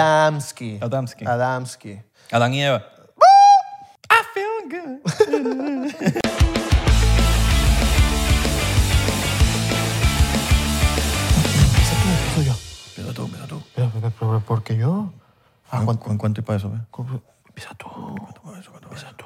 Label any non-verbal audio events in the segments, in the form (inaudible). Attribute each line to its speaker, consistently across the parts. Speaker 1: Adamski.
Speaker 2: Adamski.
Speaker 1: Adamski.
Speaker 2: Adán y Eva. I feel good.
Speaker 1: Soy yo.
Speaker 2: Empieza tú, empieza tú.
Speaker 1: Pero, pero, pero, ¿Por qué yo? Ah,
Speaker 2: ¿Cuánto, cuánto y para eso? ve?
Speaker 1: ¿cuánto? Empieza tú. Empieza tú.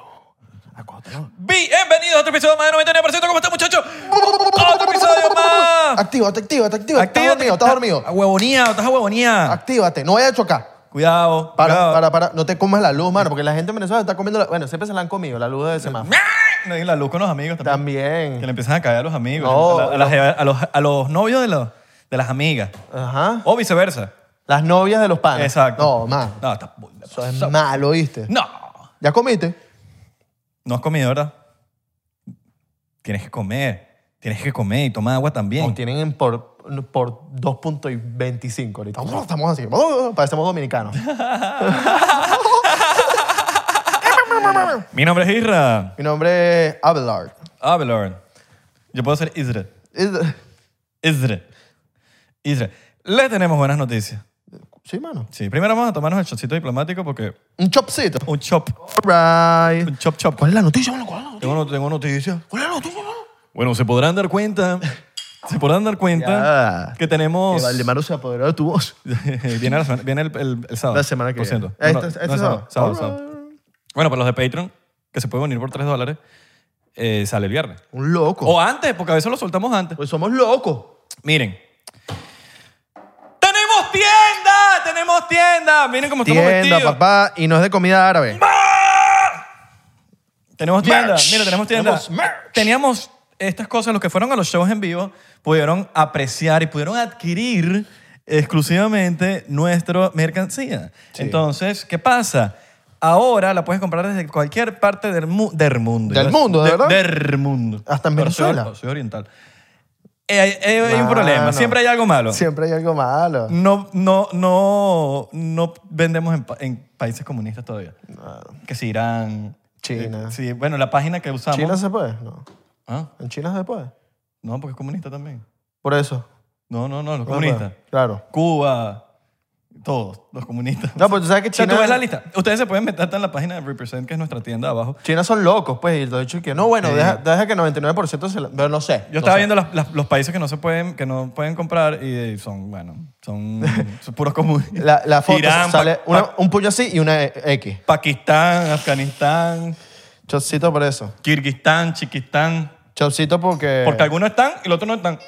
Speaker 1: Acuérdate.
Speaker 2: Bienvenidos a otro episodio más de 99%. ¿Cómo están, muchachos? ¡Otro episodio más!
Speaker 1: Actívate, actívate, actívate. Estás dormido, estás dormido.
Speaker 2: A huevonía, estás a huevonía.
Speaker 1: Actívate, no vayas a chocar.
Speaker 2: Cuidado,
Speaker 1: Para,
Speaker 2: cuidado.
Speaker 1: para, para. No te comas la luz, mano, porque la gente en Venezuela está comiendo la... Bueno, siempre se la han comido, la luz de semáforo.
Speaker 2: No digas la luz con los amigos también. Que
Speaker 1: También.
Speaker 2: le empiezan a caer a los amigos.
Speaker 1: No,
Speaker 2: a, la- a las jeva- a los, a los novios de, los- de las amigas.
Speaker 1: Ajá.
Speaker 2: O viceversa.
Speaker 1: Las novias de los panes.
Speaker 2: Exacto.
Speaker 1: Ah, No, man.
Speaker 2: No, está muy-
Speaker 1: Eso es malo, ¿viste?
Speaker 2: No.
Speaker 1: ¿Ya comiste?
Speaker 2: No has comido, ¿verdad? Tienes que comer. Tienes que comer y toma agua
Speaker 1: Nos
Speaker 2: también.
Speaker 1: tienen en por, por 2.25 ahorita. Estamos así. Oh, Parecemos dominicanos.
Speaker 2: Mi nombre es Isra.
Speaker 1: Mi nombre es Abelard.
Speaker 2: Abelard. Yo puedo ser Isra.
Speaker 1: Es-
Speaker 2: Isra. Isra. Le tenemos buenas noticias.
Speaker 1: Sí, mano.
Speaker 2: Sí, primero vamos a tomarnos el chocito diplomático porque
Speaker 1: Un chopcito.
Speaker 2: un chop,
Speaker 1: All right.
Speaker 2: un chop chop.
Speaker 1: ¿Cuál es la noticia, mano? ¿Cuál es la noticia?
Speaker 2: Tengo, no- tengo noticias.
Speaker 1: ¿Cuál es la noticia, mano?
Speaker 2: Bueno, se podrán
Speaker 1: (laughs)
Speaker 2: dar cuenta, se podrán dar cuenta
Speaker 1: Ya.
Speaker 2: que tenemos...
Speaker 1: Que Valdemaro se apoderó de tu voz.
Speaker 2: (laughs) viene la semana- viene el, el- el sábado.
Speaker 1: La semana que
Speaker 2: Por
Speaker 1: viene.
Speaker 2: cierto.
Speaker 1: Eh,
Speaker 2: No, no,
Speaker 1: este-
Speaker 2: no
Speaker 1: este
Speaker 2: es sábado,
Speaker 1: sábado.
Speaker 2: sábado, sábado. Bueno, para los de Patreon, que se pueden unir por 3 dólares, eh, sale el viernes.
Speaker 1: Un loco.
Speaker 2: O antes, porque a veces lo soltamos antes.
Speaker 1: Pues somos locos.
Speaker 2: Miren. ¡Tenemos tienda! ¡Tenemos tienda! Miren cómo estamos
Speaker 1: Tienda,
Speaker 2: vestidos.
Speaker 1: papá, y no es de comida árabe.
Speaker 2: Tenemos tienda.
Speaker 1: Merch.
Speaker 2: Mira, tenemos tienda.
Speaker 1: Tenemos merch.
Speaker 2: Teníamos estas cosas. Los que fueron a los shows en vivo pudieron apreciar y pudieron adquirir exclusivamente nuestra mercancía. Entonces, ¿qué pasa? Ahora la puedes comprar desde cualquier parte del, mu- del mundo.
Speaker 1: Del
Speaker 2: Yo-
Speaker 1: mundo, ¿de verdad?
Speaker 2: Del mundo.
Speaker 1: Hasta en
Speaker 2: Pero soy-
Speaker 1: Venezuela.
Speaker 2: Soy, oriental. Eh, hay- hay- hay un
Speaker 1: Mano.
Speaker 2: problema. Siempre hay algo malo.
Speaker 1: Siempre hay algo malo.
Speaker 2: No, no, no, no vendemos en, pa- en países comunistas todavía.
Speaker 1: Ah,
Speaker 2: Que si Irán.
Speaker 1: China.
Speaker 2: eh, sí, bueno, la página que usamos.
Speaker 1: ¿China se puede? No.
Speaker 2: Ah,
Speaker 1: ¿En China se puede?
Speaker 2: no, porque es comunista también.
Speaker 1: Por eso.
Speaker 2: No, no, no, los
Speaker 1: No
Speaker 2: comunistas.
Speaker 1: puede. Claro.
Speaker 2: Cuba, todos, los comunistas.
Speaker 1: No, pero tú sabes que
Speaker 2: O sea,
Speaker 1: China...
Speaker 2: tú ves la lista. Ustedes se pueden meter hasta en la página de Represent, que es nuestra tienda abajo.
Speaker 1: China son locos, pues, y lo he dicho que no, bueno,
Speaker 2: Sí.
Speaker 1: deja, deja que 99% se la... Pero no sé.
Speaker 2: Yo estaba viendo las- las- los países que no se pueden, que no pueden comprar y eh, son, bueno,
Speaker 1: (laughs)
Speaker 2: son, son puros comunistas.
Speaker 1: La, la foto
Speaker 2: Irán,
Speaker 1: sale
Speaker 2: Pa-
Speaker 1: una-
Speaker 2: Pa-
Speaker 1: un puño así y una e- X.
Speaker 2: Pakistán, Afganistán,
Speaker 1: Chocito por eso.
Speaker 2: Kirguistán, Chiquistán.
Speaker 1: Chocito porque...
Speaker 2: Porque algunos están y los otros no están.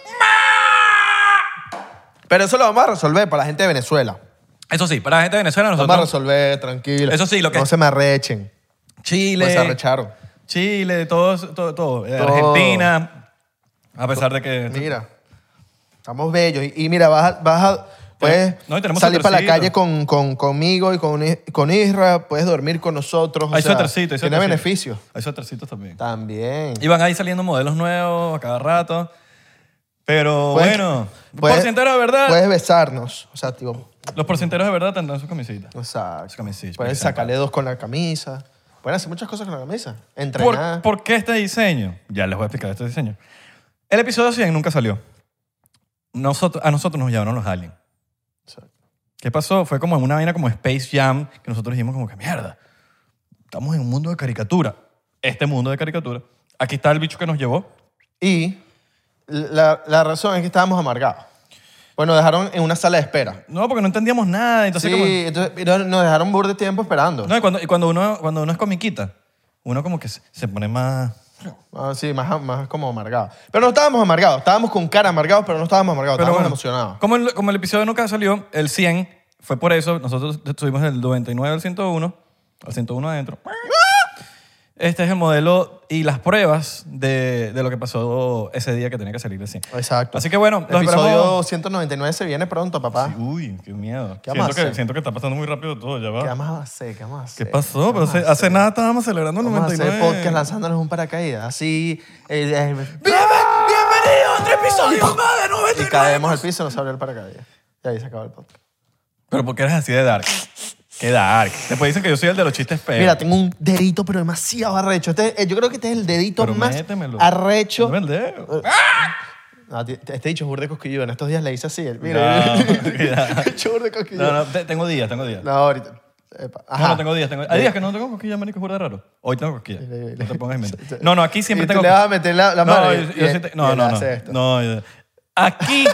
Speaker 1: Pero eso lo vamos a resolver para la gente de Venezuela.
Speaker 2: Eso sí, para la gente de Venezuela
Speaker 1: Vamos a
Speaker 2: nosotros...
Speaker 1: resolver, tranquilo.
Speaker 2: Eso sí, lo que-
Speaker 1: No se me arrechen.
Speaker 2: Chile,
Speaker 1: Pues se arrecharon.
Speaker 2: Chile, todos, todo, todo. Eh,
Speaker 1: Todo.
Speaker 2: Argentina, a pesar de que...
Speaker 1: Mira, estamos bellos. Y, y mira, vas a, vas a- puedes
Speaker 2: No, y tenemos
Speaker 1: salir para la
Speaker 2: suétercito.
Speaker 1: calle con, con- conmigo y con, I- con Isra, puedes dormir con nosotros. o
Speaker 2: Hay
Speaker 1: sea,
Speaker 2: suétercitos, hay
Speaker 1: Tiene
Speaker 2: suétercitos.
Speaker 1: beneficios.
Speaker 2: Hay suétercitos también.
Speaker 1: También.
Speaker 2: Y van ahí saliendo modelos nuevos a cada rato. Pero
Speaker 1: Puedes-
Speaker 2: bueno,
Speaker 1: puedes-
Speaker 2: los porcenteros de verdad,
Speaker 1: Puedes besarnos. O sea, tipo,
Speaker 2: los porcenteros de verdad tendrán sus camisitas.
Speaker 1: exacto.
Speaker 2: camisetas,
Speaker 1: Puedes
Speaker 2: exacto.
Speaker 1: sacarle dos con la camisa. Pueden hacer muchas cosas con la camisa. Entrenar.
Speaker 2: ¿Por, por qué este diseño? Ya les voy a explicar este diseño. El episodio 100 nunca salió. Nosotros, a nosotros nos llamaron los aliens.
Speaker 1: Exacto.
Speaker 2: ¿Qué pasó? Fue como una vaina como Space Jam, que nosotros dijimos como que mierda, estamos en un mundo de caricatura. Este mundo de caricatura. Aquí está el bicho que nos llevó.
Speaker 1: Y la, la razón es que estábamos amargados. Bueno, dejaron en una sala de espera.
Speaker 2: No, porque no entendíamos nada. Entonces
Speaker 1: sí,
Speaker 2: como-
Speaker 1: entonces pero nos dejaron bur de tiempo esperando.
Speaker 2: No, y cuando, y cuando, uno, cuando uno es comiquita, uno como que se, se pone más...
Speaker 1: Ah, sí, más, más como amargado. Pero no estábamos amargados, estábamos con cara amargados, pero no estábamos amargados,
Speaker 2: Pero
Speaker 1: estábamos
Speaker 2: bueno,
Speaker 1: emocionados.
Speaker 2: Como el, como el episodio nunca salió, el 100, fue por eso, nosotros estuvimos del 99 al 101, al 101 adentro. Este es el modelo y las pruebas de, de lo que pasó ese día que tenía que salir el 100.
Speaker 1: Exacto.
Speaker 2: Así que bueno,
Speaker 1: El
Speaker 2: los
Speaker 1: episodio
Speaker 2: esperamos.
Speaker 1: 199 se viene pronto, papá.
Speaker 2: Uy, qué miedo.
Speaker 1: ¿Qué vamos
Speaker 2: siento,
Speaker 1: a
Speaker 2: que,
Speaker 1: hacer?
Speaker 2: siento que está pasando muy rápido todo, ya va.
Speaker 1: ¿Qué
Speaker 2: ¿Qué,
Speaker 1: más va a hacer? ¿Qué más
Speaker 2: pasó? Pero hace, hace nada estábamos celebrando el
Speaker 1: Vamos a hacer
Speaker 2: 99.
Speaker 1: podcast lanzándonos un paracaídas. Así. eh, eh,
Speaker 2: Bienven- bienvenido a otro episodio más de 99.
Speaker 1: y caemos al piso y nos abre el paracaídas. Y ahí se acaba el podcast.
Speaker 2: Pero porque eres así de dark. Qué dark. Después dicen que yo soy el de los chistes feos.
Speaker 1: Mira, tengo un dedito, pero demasiado arrecho. Este- eh, yo creo que este es el dedito
Speaker 2: Pero
Speaker 1: más
Speaker 2: métemelo.
Speaker 1: arrecho.
Speaker 2: Dame el dedo.
Speaker 1: No, ti- este dicho es burde cosquilludo. En estos días le hice así. él, Mira, (laughs) Este
Speaker 2: No, (laughs) cuidado.
Speaker 1: dicho burde cosquilludo.
Speaker 2: No,
Speaker 1: No,
Speaker 2: no, te- tengo días, tengo días. No,
Speaker 1: ahorita. Epa, Ajá. Eh.
Speaker 2: no,
Speaker 1: (laughs)
Speaker 2: tengo días, tengo Hay días que no tengo cosquillas, marico, es burda raro. Hoy tengo cosquillas.
Speaker 1: Le-
Speaker 2: No te pongas en mente.
Speaker 1: (laughs)
Speaker 2: No, no, aquí siempre
Speaker 1: y tú
Speaker 2: tengo
Speaker 1: le vas a meter la, la mano.
Speaker 2: No,
Speaker 1: y-
Speaker 2: yo-
Speaker 1: y
Speaker 2: yo
Speaker 1: él-
Speaker 2: sí te- no,
Speaker 1: y él
Speaker 2: no,
Speaker 1: hace
Speaker 2: no.
Speaker 1: esto.
Speaker 2: No, yo- Aquí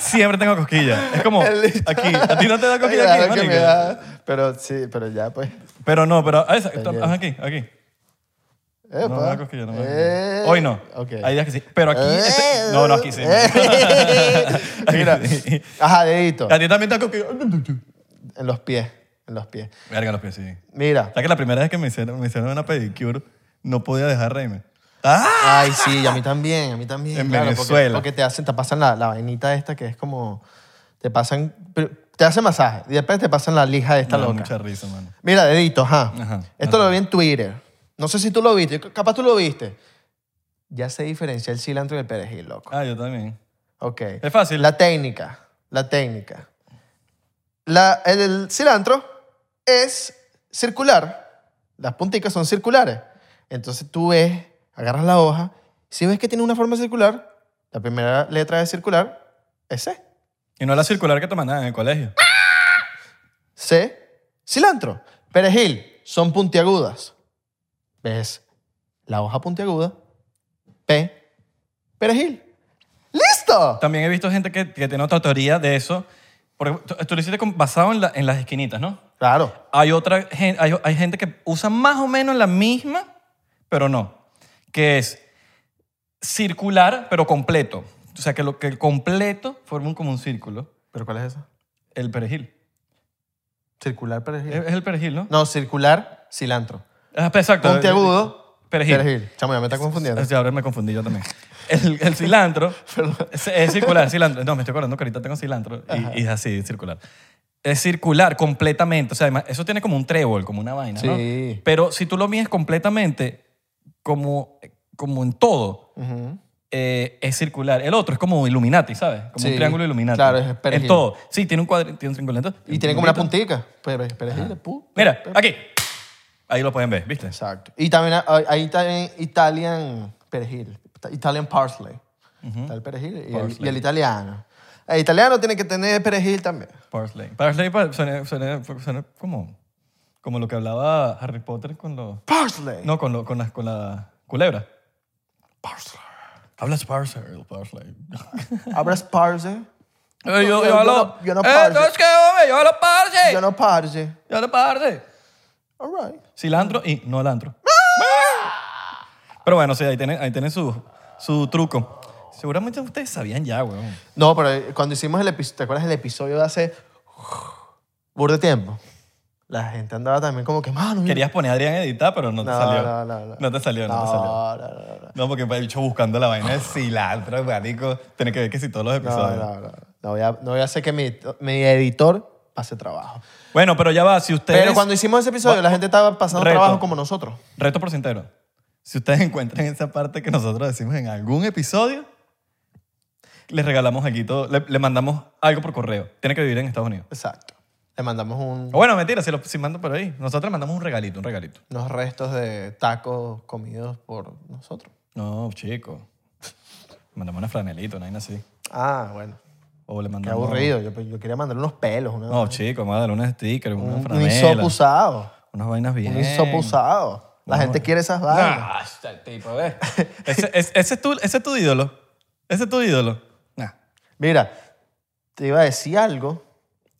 Speaker 2: siempre tengo cosquillas.
Speaker 1: (laughs)
Speaker 2: Es como,
Speaker 1: El dicho-
Speaker 2: aquí, a ti no te
Speaker 1: (laughs)
Speaker 2: da cosquillas
Speaker 1: Claro
Speaker 2: aquí,
Speaker 1: que
Speaker 2: marico?
Speaker 1: me da, Pero sí, pero ya pues.
Speaker 2: Pero no, pero a esa-
Speaker 1: Pequeño.
Speaker 2: ajá, aquí, aquí.
Speaker 1: Epa.
Speaker 2: No me da cosquillas, no me da
Speaker 1: Eh,
Speaker 2: cosquillas. Hoy no.
Speaker 1: ok.
Speaker 2: Hay días que sí. Pero aquí, este- no, no, aquí sí.
Speaker 1: Eh.
Speaker 2: (laughs) Aquí
Speaker 1: Mira,
Speaker 2: sí.
Speaker 1: ajá, dedito.
Speaker 2: A ti también te da cosquillas.
Speaker 1: En los pies, en los pies.
Speaker 2: Verga, los pies, sí.
Speaker 1: Mira.
Speaker 2: ¿Sabes que la primera vez que me hicieron, me hicieron una pedicure no podía dejar reírme? ¡Ah!
Speaker 1: Ay, sí, y a mí también, a mí también.
Speaker 2: En
Speaker 1: claro, Porque,
Speaker 2: Venezuela.
Speaker 1: porque te hacen, te pasan la, la vainita esta que es como, te pasan, pero te hacen masaje y después te pasan la lija esta
Speaker 2: Me da
Speaker 1: loca.
Speaker 2: Mucha risa, mano.
Speaker 1: Mira, dedito, ajá.
Speaker 2: Ajá,
Speaker 1: Esto lo vi en Twitter. No sé si tú lo viste, yo- capaz tú lo viste. Ya se diferencia el cilantro y el perejil, loco.
Speaker 2: Ah, yo también.
Speaker 1: Ok.
Speaker 2: Es fácil.
Speaker 1: La técnica, la técnica. La- el, el cilantro es circular. Las punticas son circulares. Entonces tú ves, agarras la hoja, si ves que tiene una forma circular, la primera letra de circular es C.
Speaker 2: Y no es la circular que te mandaban en el colegio.
Speaker 1: C, cilantro. Perejil, son puntiagudas. ¿Ves? La hoja puntiaguda. P, perejil. ¡Listo!
Speaker 2: También he visto gente que, que tiene otra teoría de eso. Porque tú, tú lo hiciste con- basado en, la- en las esquinitas, ¿no?
Speaker 1: Claro.
Speaker 2: Hay otra gen- hay, hay gente que usa más o menos la misma, pero no. Que es circular, pero completo. O sea, que, lo, que el completo forma un- como un círculo.
Speaker 1: ¿Pero cuál es esa?
Speaker 2: El perejil.
Speaker 1: Circular perejil.
Speaker 2: Es, es el perejil, ¿no?
Speaker 1: No, circular, cilantro.
Speaker 2: Ah, Exacto.
Speaker 1: Puntiagudo,
Speaker 2: Perejil.
Speaker 1: perejil. Chamo, ya me está confundiendo.
Speaker 2: O
Speaker 1: (laughs)
Speaker 2: sea, ahora me confundí yo también. El, el cilantro es, es circular, cilantro. No, me estoy acordando que ahorita tengo cilantro y- y, es así, circular. Es circular completamente. O sea, además, eso tiene como un trébol, como una vaina, ¿no?
Speaker 1: Sí.
Speaker 2: Pero si tú lo mides completamente, como, como en todo,
Speaker 1: Ujú.
Speaker 2: eh, es circular. El otro es como Illuminati, ¿sabes? Como
Speaker 1: Sí,
Speaker 2: un triángulo Illuminati.
Speaker 1: claro, es perejil.
Speaker 2: En todo. Sí, tiene un cuadrito, tiene un triangulito.
Speaker 1: Y tiene como una puntica. Pero- Perejil, pu.
Speaker 2: Mira, aquí. Ahí lo pueden ver, ¿viste?
Speaker 1: Exacto. Y también hay- hay también Italian perejil. Italian parsley. Está el perejil y, El,
Speaker 2: Parsley.
Speaker 1: y el italiano. El italiano tiene que tener perejil también.
Speaker 2: Parsley. Parsley pa- suena, suena- suena como, como lo que hablaba Harry Potter con los...
Speaker 1: Parsley.
Speaker 2: No, con, lo- con, la, con la culebra.
Speaker 1: Parsley.
Speaker 2: Hablas Parsley, Parsley.
Speaker 1: ¿Hablas parsley?
Speaker 2: yo, yo,
Speaker 1: yo
Speaker 2: hablo...
Speaker 1: no- yo no
Speaker 2: Eh,
Speaker 1: Parsley.
Speaker 2: ¿sabes qué, hombre? Yo hablo Parsley.
Speaker 1: Yo no parsley.
Speaker 2: Yo hablo Parsley.
Speaker 1: All right.
Speaker 2: Cilantro y no cilantro.
Speaker 1: ¡Ah!
Speaker 2: Pero bueno, sí, ahí tienen, ahí tienen su, su truco. Seguramente ustedes sabían ya, weón.
Speaker 1: No, pero eh, cuando hicimos el episodio, ¿te acuerdas el episodio de hace burde tiempo? La gente andaba también como que, mano, mira".
Speaker 2: Querías poner a Adrián a editar, pero no te
Speaker 1: No,
Speaker 2: salió.
Speaker 1: no, no, no.
Speaker 2: te salió, no,
Speaker 1: No,
Speaker 2: te salió.
Speaker 1: no, no, no.
Speaker 2: No, porque el bicho buscando la vaina de cilantro, marico. Tiene que ver que si todos los
Speaker 1: No,
Speaker 2: episodios.
Speaker 1: no, no. No voy a, no voy a hacer que mi, mi editor pase trabajo.
Speaker 2: Bueno, pero ya va, si ustedes...
Speaker 1: Pero cuando hicimos ese episodio, la gente estaba pasando
Speaker 2: Reto.
Speaker 1: trabajo como nosotros.
Speaker 2: Reto por centero. Si ustedes (laughs) encuentran esa parte que nosotros decimos en algún episodio, les regalamos algo, le, le mandamos algo por correo. Tiene que vivir en Estados Unidos.
Speaker 1: Exacto. Le mandamos un-
Speaker 2: O bueno, mentira, si, lo, si mando por ahí. Nosotros le mandamos un regalito, un regalito.
Speaker 1: unos restos de tacos comidos por nosotros.
Speaker 2: No, chico. Mandamos una franelita, una vaina así.
Speaker 1: Ah, bueno.
Speaker 2: O le
Speaker 1: Qué
Speaker 2: mandamos...
Speaker 1: aburrido. Yo, pues, yo quería mandarle unos pelos. una-
Speaker 2: No, chico, vamos a darle un sticker, una
Speaker 1: un, un
Speaker 2: franela.
Speaker 1: hisopo usado.
Speaker 2: unas vainas bien.
Speaker 1: Un hisopo usado. La
Speaker 2: No,
Speaker 1: gente
Speaker 2: bueno.
Speaker 1: quiere esas vainas.
Speaker 2: Nah, este tipo, ve. (laughs) ese, es- ese es tu, ese es tu ídolo. Ese es tu ídolo. Nah.
Speaker 1: Mira, te iba a decir algo.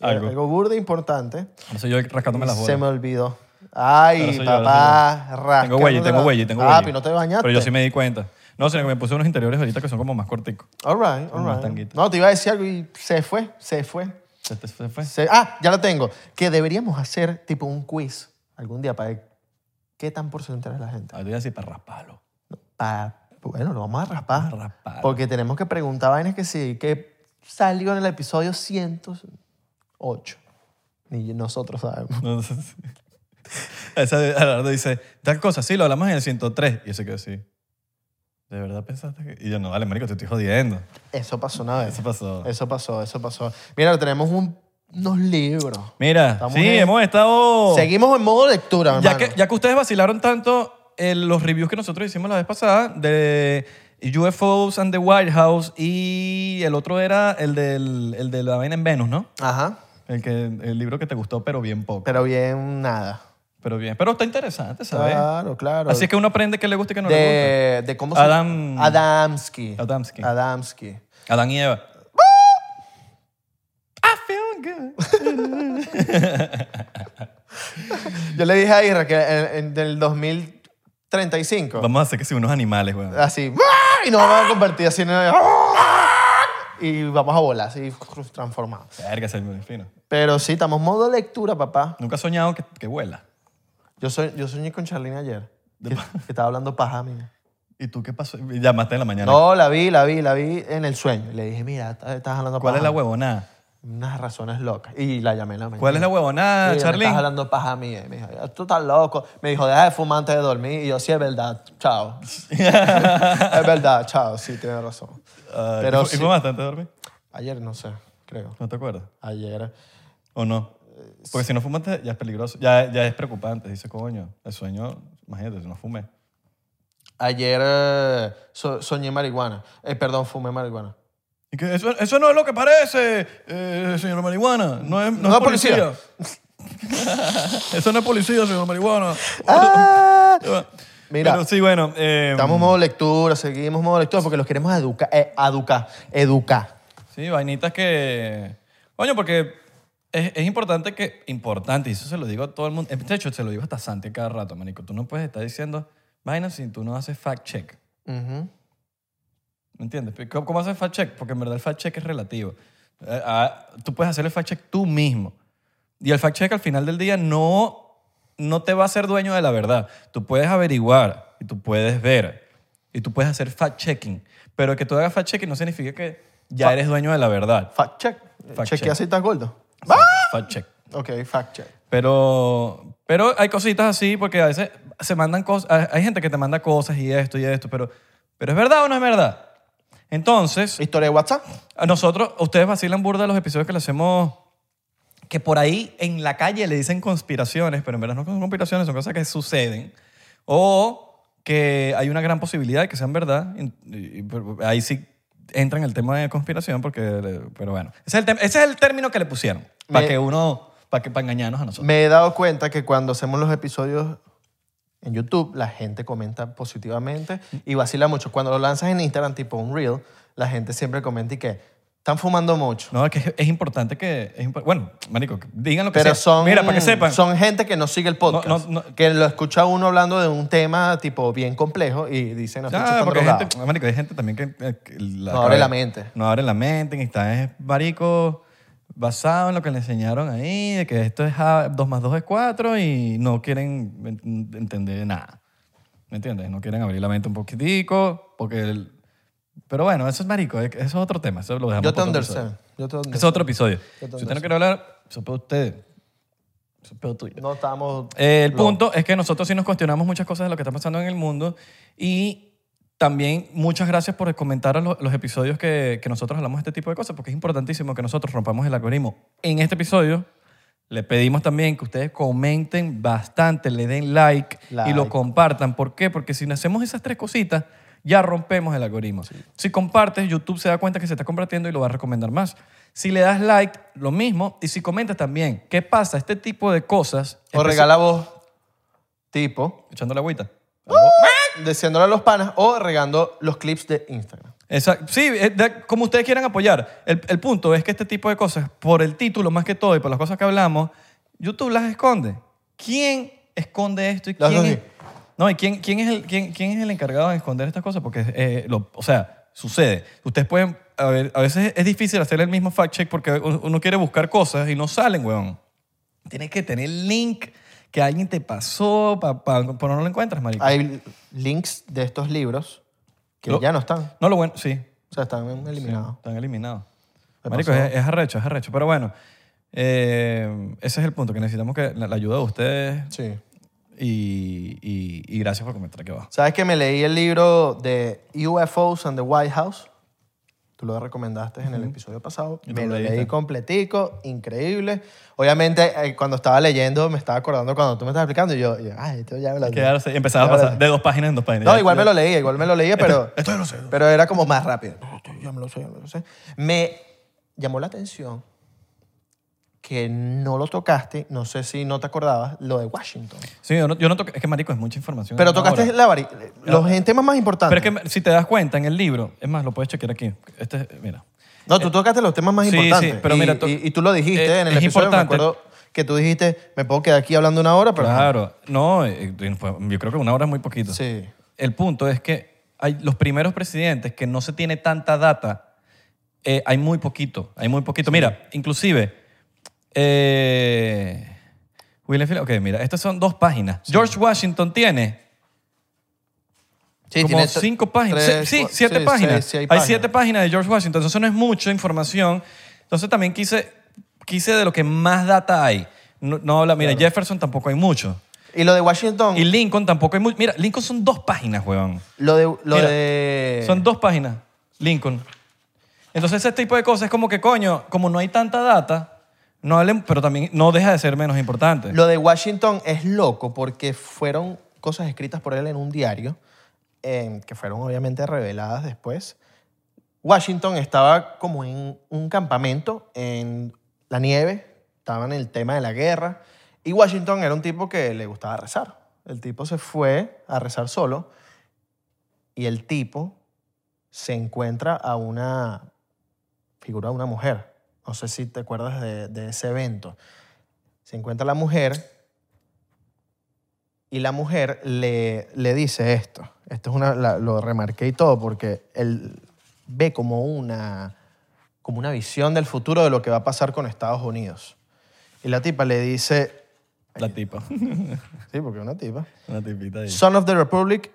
Speaker 2: Algo.
Speaker 1: Algo burde importante.
Speaker 2: No soy yo rascándome las bolas.
Speaker 1: Se me olvidó.
Speaker 2: Ahora
Speaker 1: Ay,
Speaker 2: soy yo, ahora
Speaker 1: papá, rascándote
Speaker 2: Tengo huella, tengo
Speaker 1: la-
Speaker 2: huella, tengo huella.
Speaker 1: Papi, no te bañaste.
Speaker 2: Pero yo sí me di cuenta. No, sino que me puse unos interiores ahorita que son como más corticos.
Speaker 1: All right, all
Speaker 2: Unos
Speaker 1: right.
Speaker 2: tanguitos.
Speaker 1: No, te iba a decir algo y se fue, se fue.
Speaker 2: Se te-
Speaker 1: (laughs)
Speaker 2: se fue.
Speaker 1: Se- ah, ya lo tengo. Que deberíamos hacer tipo un quiz algún día para ver qué tan porcentaje es la gente.
Speaker 2: Ah, te voy a decir para rasparlo.
Speaker 1: Pa- bueno, lo vamos a raspar.
Speaker 2: Vamos a raspar.
Speaker 1: Porque tenemos que preguntar vainas que sí, que salió en el episodio 108. Ni nosotros sabemos.
Speaker 2: (laughs) No sé si- Esa de- Alardo dice, tal cosa, sí, lo hablamos en el 103. Y ese quedó así. ¿De verdad pensaste que...? Y yo, no, vale, marico, te estoy jodiendo.
Speaker 1: Eso pasó una vez.
Speaker 2: Eso pasó.
Speaker 1: Eso pasó, eso pasó. Mira, tenemos un- unos libros.
Speaker 2: Mira,
Speaker 1: Estamos
Speaker 2: sí,
Speaker 1: en-
Speaker 2: hemos estado...
Speaker 1: Seguimos en modo lectura,
Speaker 2: Ya
Speaker 1: hermano.
Speaker 2: eh, que, ya que ustedes vacilaron tanto en los reviews que nosotros hicimos la vez pasada de UFOs and the White House y el otro era el, del, el de la vaina en Venus, ¿no?
Speaker 1: Ajá.
Speaker 2: El, que, el libro que te gustó, pero bien poco.
Speaker 1: Pero bien, nada.
Speaker 2: Pero bien, pero está interesante, ¿sabes?
Speaker 1: Claro, claro.
Speaker 2: Así es que uno aprende qué le gusta y qué no le
Speaker 1: Ah. de, de cómo se
Speaker 2: Adam-
Speaker 1: Adamski.
Speaker 2: Adamski.
Speaker 1: Adamski.
Speaker 2: gusta. Adán y Eva. I feel good.
Speaker 1: Yo le dije a Isra que en, en- del 2035,
Speaker 2: Vamos a hacer que si unos animales, weón.
Speaker 1: así, ¡ah! y nos vamos a convertir así en... ¡ah! Y vamos a volar, así, transformados.
Speaker 2: Verga, se me fino.
Speaker 1: Pero sí, estamos modo lectura, papá.
Speaker 2: Nunca has soñado que, que vuela.
Speaker 1: Yo, soy, yo soñé con Charlene ayer,
Speaker 2: De
Speaker 1: que,
Speaker 2: pa-
Speaker 1: que estaba hablando paja,
Speaker 2: (laughs)
Speaker 1: mía.
Speaker 2: ¿Y tú qué pasó? Llamaste en la mañana.
Speaker 1: No, la vi, la vi, la vi en el sueño. Y Le dije, mira, estás estás hablando
Speaker 2: ¿Cuál
Speaker 1: paja.
Speaker 2: es la huevonada?
Speaker 1: Unas razones locas. Y la llamé en la mañana.
Speaker 2: ¿Cuál es la huevonada,
Speaker 1: Sí, Me
Speaker 2: Charly?
Speaker 1: estás hablando paja mía. Y me dijo, tú estás loco. Me dijo, deja de fumar antes de dormir. Y yo, sí, es verdad, chao.
Speaker 2: (laughs)
Speaker 1: es verdad, chao, sí, tienes razón.
Speaker 2: Ah,
Speaker 1: Pero
Speaker 2: ¿Y, fu- y
Speaker 1: sí.
Speaker 2: fumaste antes de dormir?
Speaker 1: Ayer, no sé, creo.
Speaker 2: ¿No te acuerdas?
Speaker 1: Ayer.
Speaker 2: ¿O no? Porque si no fumaste ya es peligroso, ya, ya es preocupante. Dice, coño, el sueño, imagínate, si no fumé.
Speaker 1: Ayer eh, so- soñé marihuana. Eh, perdón, fumé marihuana.
Speaker 2: Y que eso, eso no es lo que parece, eh, señor marihuana. No es, no es policía. (laughs) eso no es policía, señor marihuana.
Speaker 1: Ah, mira,
Speaker 2: Pero sí, bueno. eh,
Speaker 1: estamos en modo lectura, seguimos en modo lectura porque los queremos eh, educar. educar, educar.
Speaker 2: Sí, vainitas que... Coño, porque es, es importante que... Importante, y eso se lo digo a todo el mundo. De hecho, se lo digo hasta Santi a cada rato, manico. Tú no puedes estar diciendo vainas si tú no haces fact-check.
Speaker 1: Ujú.
Speaker 2: ¿Me entiendes? Pero ¿Cómo, cómo haces fact-check? Porque en verdad el fact-check es relativo. Eh, ah, tú puedes hacer el fact-check tú mismo. Y el fact-check al final del día no, no te va a ser dueño de la verdad. Tú puedes averiguar y tú puedes ver y tú puedes hacer fact-checking. Pero que tú hagas fact-checking no significa que ya eres dueño de la verdad.
Speaker 1: Fact check.
Speaker 2: Fact
Speaker 1: Chequea
Speaker 2: check.
Speaker 1: si estás gordo.
Speaker 2: Fact-check.
Speaker 1: Ok, fact check.
Speaker 2: Pero, pero hay cositas así porque a veces se mandan cosas. hay- Hay gente que te manda cosas y esto y esto, pero, pero ¿es verdad o no es verdad? Entonces,
Speaker 1: Historia de WhatsApp.
Speaker 2: A nosotros, ustedes vacilan burda los episodios que le hacemos, que por ahí en la calle le dicen conspiraciones, pero en verdad no son conspiraciones, son cosas que suceden. O que hay una gran posibilidad de que sean verdad. y- y- y por- ahí sí entra en el tema de conspiración, porque, pero bueno. Ese es el, tem- ese es el término que le pusieron, para
Speaker 1: Me- Mm.
Speaker 2: que uno, para que, para engañarnos a nosotros.
Speaker 1: Me he dado cuenta que cuando hacemos los episodios en YouTube, la gente comenta positivamente y vacila mucho. Cuando lo lanzas en Instagram, tipo un reel, la gente siempre comenta y que están fumando mucho.
Speaker 2: No, es que es, es importante que... es impo- bueno, marico, que digan lo que
Speaker 1: Pero
Speaker 2: sea.
Speaker 1: son,
Speaker 2: Mira, para que sepan.
Speaker 1: son gente que no sigue el podcast.
Speaker 2: No, no, no.
Speaker 1: Que lo escucha uno hablando de un tema tipo bien complejo y dicen, no, estos chicos
Speaker 2: Ah,
Speaker 1: están
Speaker 2: porque hay
Speaker 1: drogados".
Speaker 2: gente, marico, hay gente también que... eh, que la
Speaker 1: No abre
Speaker 2: cabeza-
Speaker 1: la mente.
Speaker 2: No abre la mente, y está es marico basado en lo que le enseñaron ahí, de que esto es ah, 2 más 2 es 4 y no quieren en- entender nada. ¿Me entiendes? No quieren abrir la mente un poquitico, porque... el- pero bueno, eso es marico, eh, eso es otro tema, eso lo dejamos
Speaker 1: Yo te
Speaker 2: para otro episodio.
Speaker 1: understand. Yo te
Speaker 2: Eso es
Speaker 1: understand.
Speaker 2: otro episodio. Si
Speaker 1: Yo te
Speaker 2: usted no quiere hablar, eso es pedo de ustedes. Eso es pedo tuyo.
Speaker 1: No estamos...
Speaker 2: Eh, el
Speaker 1: No.
Speaker 2: punto es que nosotros sí nos cuestionamos muchas cosas de lo que está pasando en el mundo y también muchas gracias por comentar a lo- los, episodios que, que nosotros hablamos de este tipo de cosas porque es importantísimo que nosotros rompamos el algoritmo. En este episodio le pedimos también que ustedes comenten bastante, le den like, y
Speaker 1: Like.
Speaker 2: lo compartan. ¿Por qué? Porque si hacemos esas tres cositas ya rompemos el algoritmo. Si compartes, YouTube se da cuenta que se está compartiendo y lo va a recomendar más. Si le das like, lo mismo. Y si comentas también, ¿qué pasa? Este tipo de cosas...
Speaker 1: O
Speaker 2: especi-
Speaker 1: regala vos, tipo,
Speaker 2: Echando la agüita.
Speaker 1: diciéndole a los panas o regando los clips de Instagram.
Speaker 2: Exacto. Sí, eh, de- como ustedes quieran apoyar. El, el punto es que este tipo de cosas, por el título más que todo y por las cosas que hablamos, YouTube las esconde. ¿Quién esconde esto y
Speaker 1: Las
Speaker 2: quién
Speaker 1: dos
Speaker 2: es,
Speaker 1: sí.
Speaker 2: no, y quién, quién es el, quién, quién es el encargado de esconder estas cosas? Porque, eh, lo- o sea, sucede. Ustedes pueden, a, ver, a veces es difícil hacer el mismo fact-check porque uno uno quiere buscar cosas y no salen, weón. Tienes que tener el link que alguien te pasó, para pero no lo encuentras, marico.
Speaker 1: Hay links de estos libros que
Speaker 2: Lo-
Speaker 1: ya no están.
Speaker 2: No lo bueno, sí,
Speaker 1: O sea, están eliminados.
Speaker 2: Están eliminados.
Speaker 1: ¿Qué
Speaker 2: Marico,
Speaker 1: pasó?
Speaker 2: es, es arrecho, es arrecho. Pero bueno, eh, ese es el punto, que necesitamos que la, la ayuda de ustedes
Speaker 1: Sí.
Speaker 2: y, y- y gracias por comentar aquí abajo.
Speaker 1: ¿Sabes que me leí el libro de UFOs and the White House? Tú lo recomendaste en el episodio pasado.
Speaker 2: Y tú
Speaker 1: Me lo
Speaker 2: lo leíste.
Speaker 1: leí completico, increíble. Obviamente, eh, cuando estaba leyendo, me estaba acordando cuando tú me estabas explicando y yo, y yo, ay, esto ya me lo
Speaker 2: Quedarse, empezaba a
Speaker 1: Ya me lo-
Speaker 2: pasar de dos páginas en dos páginas.
Speaker 1: No,
Speaker 2: Ya-
Speaker 1: igual me lo leía, igual me lo leía, pero,
Speaker 2: Esto ya lo sé.
Speaker 1: pero era como más rápido. No, esto Ya me lo sé, ya me lo sé. Me llamó la atención que no lo tocaste, no sé si no te acordabas, lo de Washington.
Speaker 2: Sí, yo no, yo no toqué- Es que, marico, es mucha información.
Speaker 1: Pero
Speaker 2: en una
Speaker 1: tocaste
Speaker 2: hora.
Speaker 1: la vari- los en- temas más
Speaker 2: Pero
Speaker 1: importantes.
Speaker 2: es que si te das cuenta en el libro, es más, lo puedes chequear aquí. Este, mira.
Speaker 1: no, tú tocaste los temas más
Speaker 2: sí, sí,
Speaker 1: importantes.
Speaker 2: pero
Speaker 1: y,
Speaker 2: mira, to-
Speaker 1: y- y tú lo dijiste
Speaker 2: eh,
Speaker 1: en el
Speaker 2: es
Speaker 1: episodio, me
Speaker 2: importante.
Speaker 1: acuerdo que tú dijiste, me puedo quedar aquí hablando una hora, pero...
Speaker 2: Claro. No, eh, fue- yo creo que una hora es muy poquito.
Speaker 1: Sí.
Speaker 2: El punto es que hay los primeros presidentes que no se tiene tanta data, eh, hay muy poquito, hay muy poquito. Mira, inclusive, eh, William Field- ok, mira, estas son dos páginas. George Washington tiene
Speaker 1: Sí,
Speaker 2: como
Speaker 1: tiene tre-
Speaker 2: cinco páginas.
Speaker 1: tres,
Speaker 2: sí, sí,
Speaker 1: cua-
Speaker 2: siete
Speaker 1: sí,
Speaker 2: páginas.
Speaker 1: seis, sí,
Speaker 2: hay, siete páginas de George Washington. Entonces, eso no es mucha información. Entonces, también quise, quise de lo que más data hay. No, no habla, mira, Jefferson tampoco hay mucho.
Speaker 1: Y lo de Washington,
Speaker 2: Y Lincoln tampoco hay mucho. Mira, Lincoln son dos páginas, weón.
Speaker 1: lo de... Lo
Speaker 2: Mira,
Speaker 1: de...
Speaker 2: Son dos páginas, Lincoln. Entonces, ese tipo de cosas es como que, coño, como no hay tanta data, no hablen, pero también no deja de ser menos importante.
Speaker 1: Lo de Washington es loco porque fueron cosas escritas por él en un diario em, que fueron obviamente reveladas después. Washington estaba como en un campamento en la nieve, estaba en el tema de la guerra y Washington era un tipo que le gustaba rezar. El tipo se fue a rezar solo y el tipo se encuentra a una figura de una mujer. No sé si te acuerdas de- de ese evento se encuentra la mujer y la mujer le, le dice esto. Esto es una, la- lo remarqué y todo porque él ve como una, como una visión del futuro de lo que va a pasar con Estados Unidos. Y la tipa le dice, (laughs)
Speaker 2: La tipa.
Speaker 1: sí, porque es una tipa,
Speaker 2: Una tipita ahí.
Speaker 1: Son of the Republic,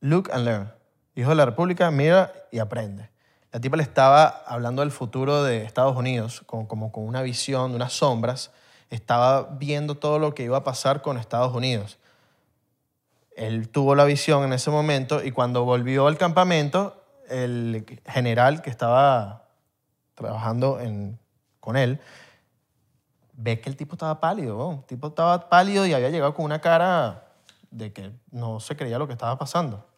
Speaker 1: look and learn. Hijo de la República, mira y aprende. La tipa le estaba hablando del futuro de Estados Unidos, como, como con una visión, de unas sombras. Estaba viendo todo lo que iba a pasar con Estados Unidos. Él tuvo la visión en ese momento y cuando volvió al campamento, el general que estaba trabajando en- con él, ves que el tipo estaba pálido, weón. el tipo estaba pálido y había llegado con una cara de que no se creía lo que estaba pasando.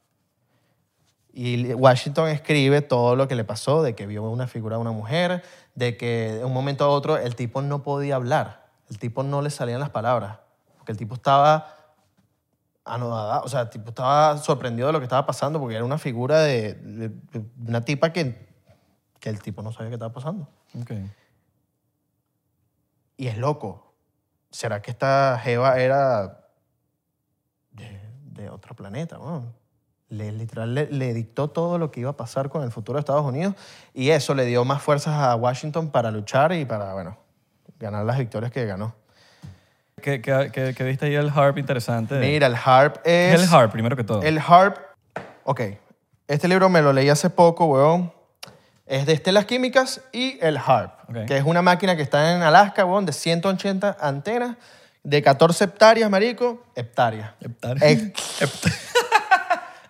Speaker 1: Y Washington escribe todo lo que le pasó, de que vio una figura de una mujer, de que de un momento a otro el tipo no podía hablar, el tipo no le salían las palabras, porque el tipo estaba anodada, o sea, el tipo estaba sorprendido de lo que estaba pasando, porque era una figura de, de- de una tipa que, que el tipo no sabía qué estaba pasando.
Speaker 2: Ok.
Speaker 1: Y es loco. ¿Será que esta Jeva era de, de otro planeta? weón? Le, literal le, le dictó todo lo que iba a pasar con el futuro de Estados Unidos y eso le dio más fuerzas a Washington para luchar y para, bueno, ganar las victorias que ganó.
Speaker 2: ¿Qué, qué- qué- qué viste ahí el harp interesante?
Speaker 1: Mira, el HARP
Speaker 2: ¿Qué es
Speaker 1: es...
Speaker 2: el harp, primero que todo.
Speaker 1: El HARP... Ok, este libro me lo leí hace poco, weón. Es de Estelas Químicas y el HARP,
Speaker 2: Ok.
Speaker 1: que es una máquina que está en Alaska, weón, de 180 antenas, de 14 hectáreas, marico, hectáreas.
Speaker 2: Heptar-
Speaker 1: Eh, (laughs)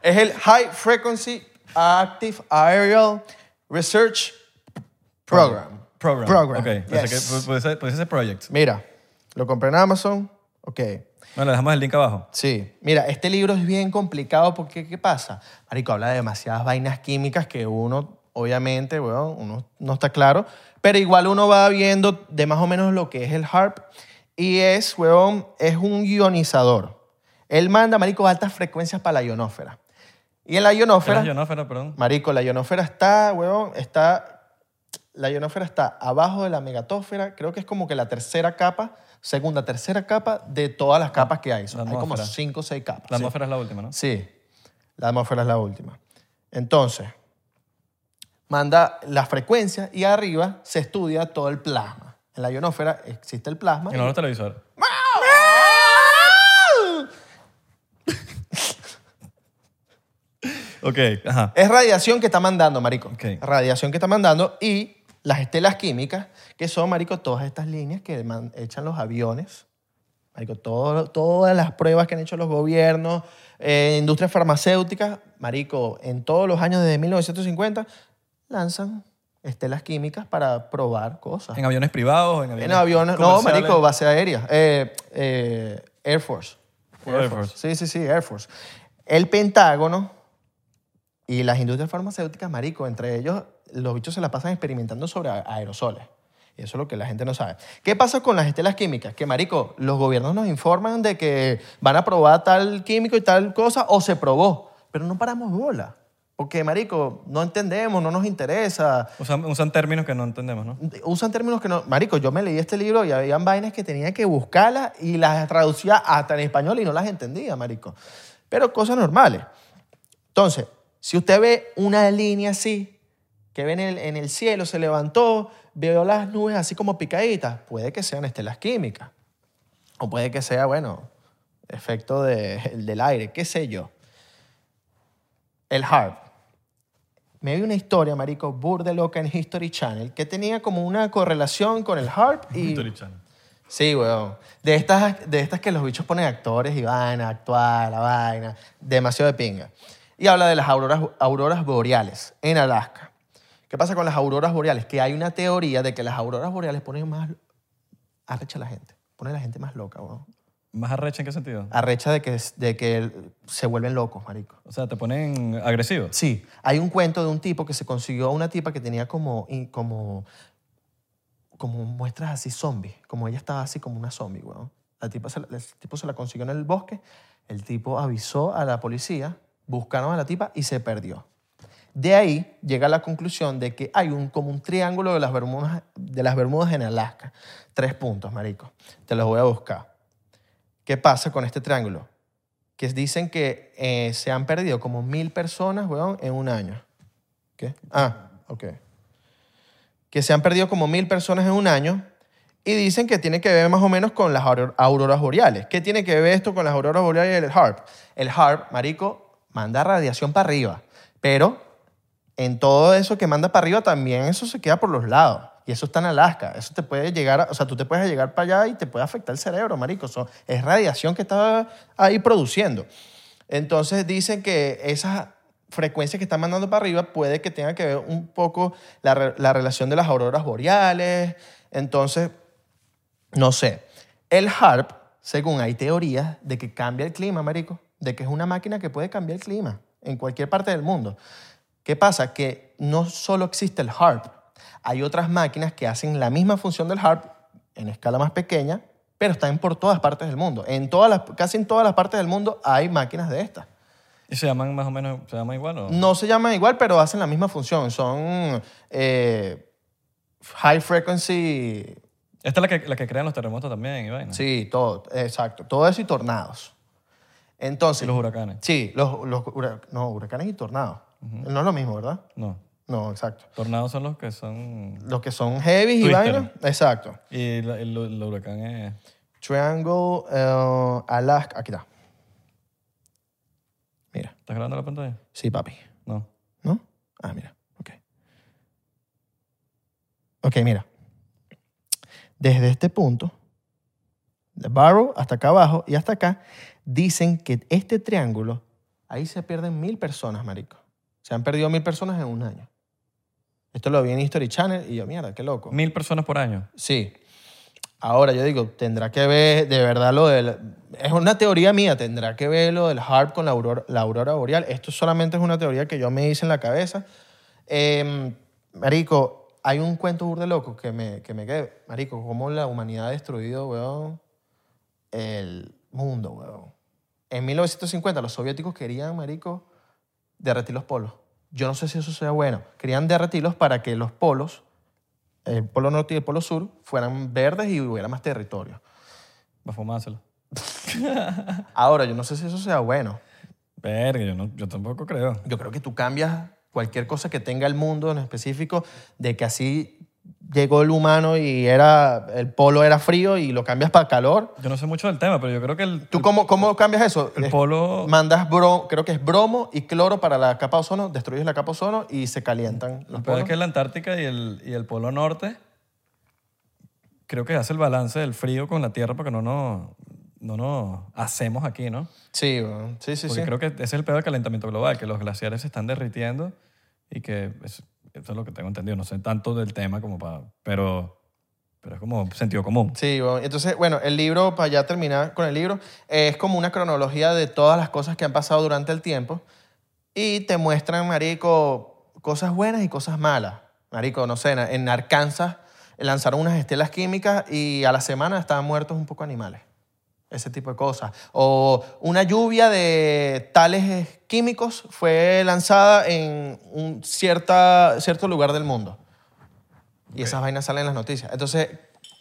Speaker 1: Es el High Frequency Active Aerial Research Program.
Speaker 2: (laughs) Program.
Speaker 1: Program.
Speaker 2: Ok. Pensé
Speaker 1: yes.
Speaker 2: que pu- Puede ser, puede ser project.
Speaker 1: Mira, lo compré en Amazon. Ok,
Speaker 2: Bueno, le dejamos el link abajo.
Speaker 1: sí. Mira, este libro es bien complicado porque, ¿qué pasa? Marico, habla de demasiadas vainas químicas que uno, obviamente, weón, uno no está claro, pero igual uno va viendo de más o menos lo que es el HARP y es, weón, es un ionizador. Él manda, marico, altas frecuencias para la ionósfera. Y en la
Speaker 2: Era
Speaker 1: ionósfera...
Speaker 2: ionófero, perdón.
Speaker 1: Marico, la ionósfera está, huevón, está. La ionósfera está abajo de la megatósfera. Creo que es como que la tercera capa, segunda, tercera capa de todas las capas que hay.
Speaker 2: La
Speaker 1: hay como
Speaker 2: atmósfera.
Speaker 1: cinco o seis capas.
Speaker 2: La
Speaker 1: sí.
Speaker 2: atmósfera es la última, ¿no?
Speaker 1: Sí, la atmósfera es la última. Entonces, manda las frecuencias y arriba se estudia todo el plasma. En la ionósfera existe el plasma. ¡Ah!
Speaker 2: En ¡Ah! los televisores. Ok, ajá.
Speaker 1: Es radiación que está mandando, marico.
Speaker 2: Ok.
Speaker 1: Radiación que está mandando y las estelas químicas, que son, marico, todas estas líneas que man- echan los aviones. Marico, todo- todas las pruebas que han hecho los gobiernos, eh, industrias farmacéuticas, marico, en todos los años desde 1950, lanzan estelas químicas para probar cosas.
Speaker 2: En aviones privados, en aviones.
Speaker 1: Eh. En aviones. No,
Speaker 2: comerciales.
Speaker 1: marico, base aérea. Eh, eh, Air Force.
Speaker 2: Air Force.
Speaker 1: Sí, sí, sí, Air Force. El Pentágono y las industrias farmacéuticas, marico, entre ellos, los bichos se la pasan experimentando sobre a- aerosoles. Y eso es lo que la gente no sabe. ¿Qué pasa con las estelas químicas? Que, marico, los gobiernos nos informan de que van a probar tal químico y tal cosa o se probó, pero no paramos bola. Porque, marico, no entendemos, no nos interesa.
Speaker 2: Usan, usan términos que no entendemos, ¿no?
Speaker 1: Usan términos que no... Marico, yo me leí este libro y habían vainas que tenía que buscarlas y las traducía hasta en español y no las entendía, marico. Pero cosas normales. Entonces, si usted ve una línea así, que ve en el, en el cielo, se levantó, veo las nubes así como picaditas, puede que sean estelas químicas. O puede que sea, bueno, efecto de- del aire, qué sé yo. El HARP. Me vi una historia, marico, burde loca en History Channel, que tenía como una correlación con el HARP y...
Speaker 2: History Channel.
Speaker 1: Sí, weón. De estas, de estas que los bichos ponen actores y van a actuar, la vaina. Demasiado de pinga. Y habla de las auroras, auroras boreales en Alaska. ¿Qué pasa con las auroras boreales? Que hay una teoría de que las auroras boreales ponen más arrecha a la gente. Pone a la gente más loca, weón.
Speaker 2: ¿Más arrecha en qué sentido?
Speaker 1: Arrecha de que, de que se vuelven locos, marico.
Speaker 2: O sea, te ponen agresivo.
Speaker 1: Sí, hay un cuento de un tipo que se consiguió a una tipa que tenía como, y- como, como muestras así zombies, como ella estaba así como una zombie, weón. La tipa se la- el tipo se la consiguió en el bosque, el tipo avisó a la policía, buscaron a la tipa y se perdió. De ahí llega la conclusión de que hay un, como un triángulo de las, Bermudas, de las Bermudas en Alaska. Tres puntos, marico. Te los voy a buscar. ¿Qué pasa con este triángulo? que dicen que eh, se han perdido como mil personas, weón, en un año. ¿Qué? Ah, ok. Que se han perdido como mil personas en un año y dicen que tiene que ver más o menos con las auror- auroras boreales. ¿Qué tiene que ver esto con las auroras boreales y el HARP? El HARP, marico, manda radiación para arriba, pero en todo eso que manda para arriba también eso se queda por los lados. Y eso está en Alaska. Eso te puede llegar, a- o sea, tú te puedes llegar para allá y te puede afectar el cerebro, marico. Eso es radiación que está ahí produciendo. Entonces dicen que esas frecuencias que están mandando para arriba puede que tenga que ver un poco la, re- la relación de las auroras boreales. Entonces, no sé. El HARP, según hay teorías de que cambia el clima, marico, de que es una máquina que puede cambiar el clima en cualquier parte del mundo. ¿Qué pasa? Que no solo existe el HARP, hay otras máquinas que hacen la misma función del HARP en escala más pequeña, pero están por todas partes del mundo. En todas las, casi en todas las partes del mundo hay máquinas de estas.
Speaker 2: ¿Y se llaman más o menos, se llaman igual o?
Speaker 1: No se llaman igual, pero hacen la misma función. Son eh, high frequency
Speaker 2: Esta es la que, la que crean los terremotos también, y vaina.
Speaker 1: Sí, todo, exacto. Todo eso y tornados. Entonces,
Speaker 2: Y los huracanes.
Speaker 1: sí, los, los hura- no, huracanes y tornados. No es lo mismo, ¿verdad?
Speaker 2: No.
Speaker 1: No, exacto.
Speaker 2: Tornados son los que son...
Speaker 1: Los que son heavy y
Speaker 2: Twister.
Speaker 1: vainas, exacto.
Speaker 2: Y la- el, el huracán es...
Speaker 1: Triangle, eh, Alaska, aquí está. Mira,
Speaker 2: ¿Estás grabando la pantalla?
Speaker 1: sí, papi.
Speaker 2: No.
Speaker 1: ¿No? Ah, mira. Ok. Ok, mira. Desde este punto, de Barrow hasta acá abajo y hasta acá, dicen que este triángulo, ahí se pierden mil personas, marico. Se han perdido mil personas en un año. Esto lo vi en History Channel y yo, mierda, qué loco.
Speaker 2: Mil personas por año.
Speaker 1: Sí. Ahora yo digo, tendrá que ver de verdad lo del... Es una teoría mía, tendrá que ver lo del HARP con la aurora, la aurora boreal. Esto solamente es una teoría que yo me hice en la cabeza. Eh, marico, hay un cuento burde loco que me, que me quedé. Marico, cómo la humanidad ha destruido, weón, el mundo, weón. En 1950 los soviéticos querían, marico, derretir los polos. Yo no sé si eso sea bueno. Querían derretirlos para que los polos el polo norte y el polo sur fueran verdes y hubiera más territorio.
Speaker 2: Va a fumárselo.
Speaker 1: Ahora, yo no sé si eso sea bueno.
Speaker 2: Verga, yo, no, yo tampoco creo.
Speaker 1: Yo creo que tú cambias cualquier cosa que tenga el mundo en específico, de que así llegó el humano y era el polo era frío y lo cambias para calor.
Speaker 2: Yo no sé mucho del tema, pero yo creo que el,
Speaker 1: ¿Tú cómo, cómo cambias eso?
Speaker 2: el
Speaker 1: Es-
Speaker 2: polo...
Speaker 1: Mandas, bro, creo que es bromo y cloro para la capa de ozono, destruyes la capa de ozono y se calientan los
Speaker 2: El peor
Speaker 1: polos.
Speaker 2: es que la Antártica y el, y el Polo Norte creo que hace el balance del frío con la Tierra porque no nos, no nos hacemos aquí, ¿no?
Speaker 1: Sí, weón. sí, sí,
Speaker 2: Porque
Speaker 1: sí.
Speaker 2: creo que ese es el peor del calentamiento global, que los glaciares se están derritiendo y que es- Eso es lo que tengo entendido. No sé tanto del tema como para... Pero, pero es como sentido común.
Speaker 1: Sí, bueno, entonces, bueno, el libro, para ya terminar con el libro, eh, es como una cronología de todas las cosas que han pasado durante el tiempo y te muestran, marico, cosas buenas y cosas malas. Marico, no sé, en- en Arkansas lanzaron unas estelas químicas y a la semana estaban muertos un poco animales. Ese tipo de cosas. O una lluvia de tales eh, químicos fue lanzada en un cierta, cierto lugar del mundo. Y esas vainas salen en las noticias. Entonces,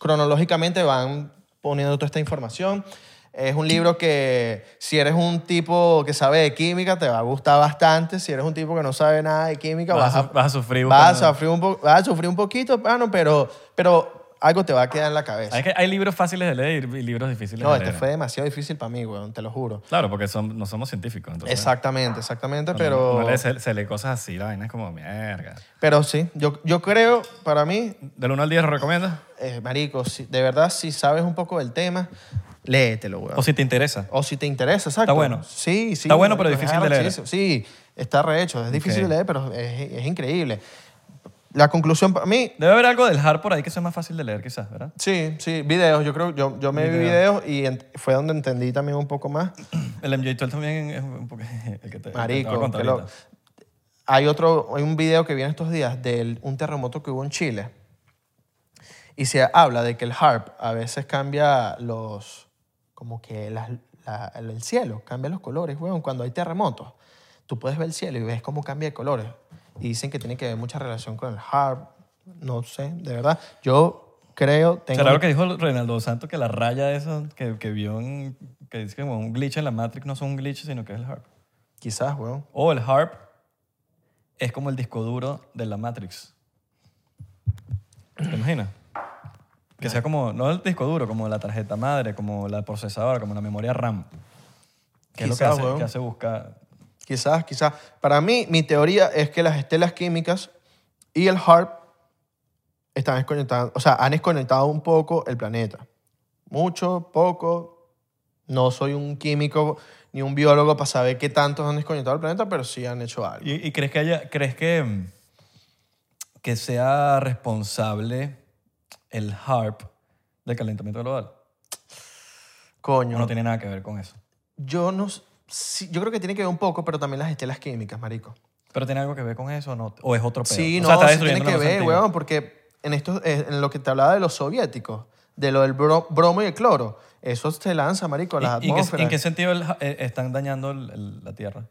Speaker 1: cronológicamente van poniendo toda esta información. Es un libro que si eres un tipo que sabe de química te va a gustar bastante. Si eres un tipo que no sabe nada de química
Speaker 2: Vas
Speaker 1: vas,
Speaker 2: a,
Speaker 1: a,
Speaker 2: vas a sufrir.
Speaker 1: vas a
Speaker 2: buscando-
Speaker 1: sufrir un po- vas a sufrir un poquito, mano, pero, pero algo te va a quedar en la cabeza.
Speaker 2: Hay, que- hay libros fáciles de leer y libros difíciles
Speaker 1: No,
Speaker 2: de
Speaker 1: este
Speaker 2: leer.
Speaker 1: fue demasiado difícil para mí, weón, te lo juro.
Speaker 2: Claro, porque son, no somos científicos. Entonces,
Speaker 1: Exactamente, exactamente,
Speaker 2: cuando
Speaker 1: pero,
Speaker 2: uno lee- se, se lee cosas así, la vaina es como, mierda.
Speaker 1: pero sí, yo, yo creo, para mí,
Speaker 2: ¿Del 1 al 10 lo recomiendas?
Speaker 1: eh, marico, si- de verdad, si sabes un poco del tema, léetelo, weón.
Speaker 2: ¿O si te interesa?
Speaker 1: O si te interesa, exacto.
Speaker 2: Está bueno.
Speaker 1: Sí, sí.
Speaker 2: Está bueno, pero
Speaker 1: marico, es
Speaker 2: difícil de leer.
Speaker 1: arrechísimo. Sí, está rehecho. Es difícil
Speaker 2: Ok.
Speaker 1: de leer, pero es, es increíble. La conclusión para mí,
Speaker 2: Debe haber algo del hard por ahí que sea más fácil de leer, quizás, ¿verdad?
Speaker 1: sí, sí, videos. Yo creo, yo, yo me vi videos y ent- fue donde entendí también un poco más.
Speaker 2: El MJ12 también es un poco (laughs) el que te, el que te voy a
Speaker 1: Marico,
Speaker 2: contar
Speaker 1: que lo-
Speaker 2: ahorita.
Speaker 1: hay otro, hay un video que viene estos días de un terremoto que hubo en Chile y se habla de que el harp a veces cambia los, como que las- la- el cielo cambia los colores, weón. Cuando hay terremotos, tú puedes ver el cielo y ves cómo cambia de colores. Y dicen que tiene que ver mucha relación con el harp, no sé, de verdad. Yo creo, tengo...
Speaker 2: ¿Será lo que dijo Reinaldo Santos que la raya esa que, que vio en, que dice que como un glitch en la Matrix no es un glitch, sino que es el harp?
Speaker 1: Quizás, weón.
Speaker 2: O el harp es como el disco duro de la Matrix. ¿Te imaginas? Que sea como, no el disco duro, como la tarjeta madre, como la procesadora, como la memoria RAM. Que es lo que
Speaker 1: Quizás,
Speaker 2: hace,
Speaker 1: weón.
Speaker 2: que hace buscar.
Speaker 1: Quizás, quizás. Para mí, mi teoría es que las estelas químicas y el HARP están desconectadas, o sea, han desconectado un poco el planeta. Mucho, poco. No soy un químico ni un biólogo para saber qué tantos han desconectado el planeta, pero sí han hecho algo.
Speaker 2: ¿Y, y crees que haya, crees que, mm, que sea responsable el harp del calentamiento global?
Speaker 1: Coño.
Speaker 2: ¿O no tiene nada que ver con eso?
Speaker 1: Yo no. s- sí, yo creo que tiene que ver un poco, pero también las estelas químicas, marico.
Speaker 2: ¿Pero tiene algo que ver con eso o no? ¿O es otro pedo?
Speaker 1: Sí,
Speaker 2: O
Speaker 1: no,
Speaker 2: sea, está
Speaker 1: sí
Speaker 2: destruyendo
Speaker 1: tiene que
Speaker 2: los
Speaker 1: ver,
Speaker 2: sentidos.
Speaker 1: weón, porque en, estos, eh, en lo que te hablaba de los soviéticos, de lo del bro- bromo y el cloro, eso se lanza, marico, a las
Speaker 2: ¿Y- y en qué-
Speaker 1: atmósferas.
Speaker 2: ¿En qué sentido el- eh, están dañando el- el- la Tierra?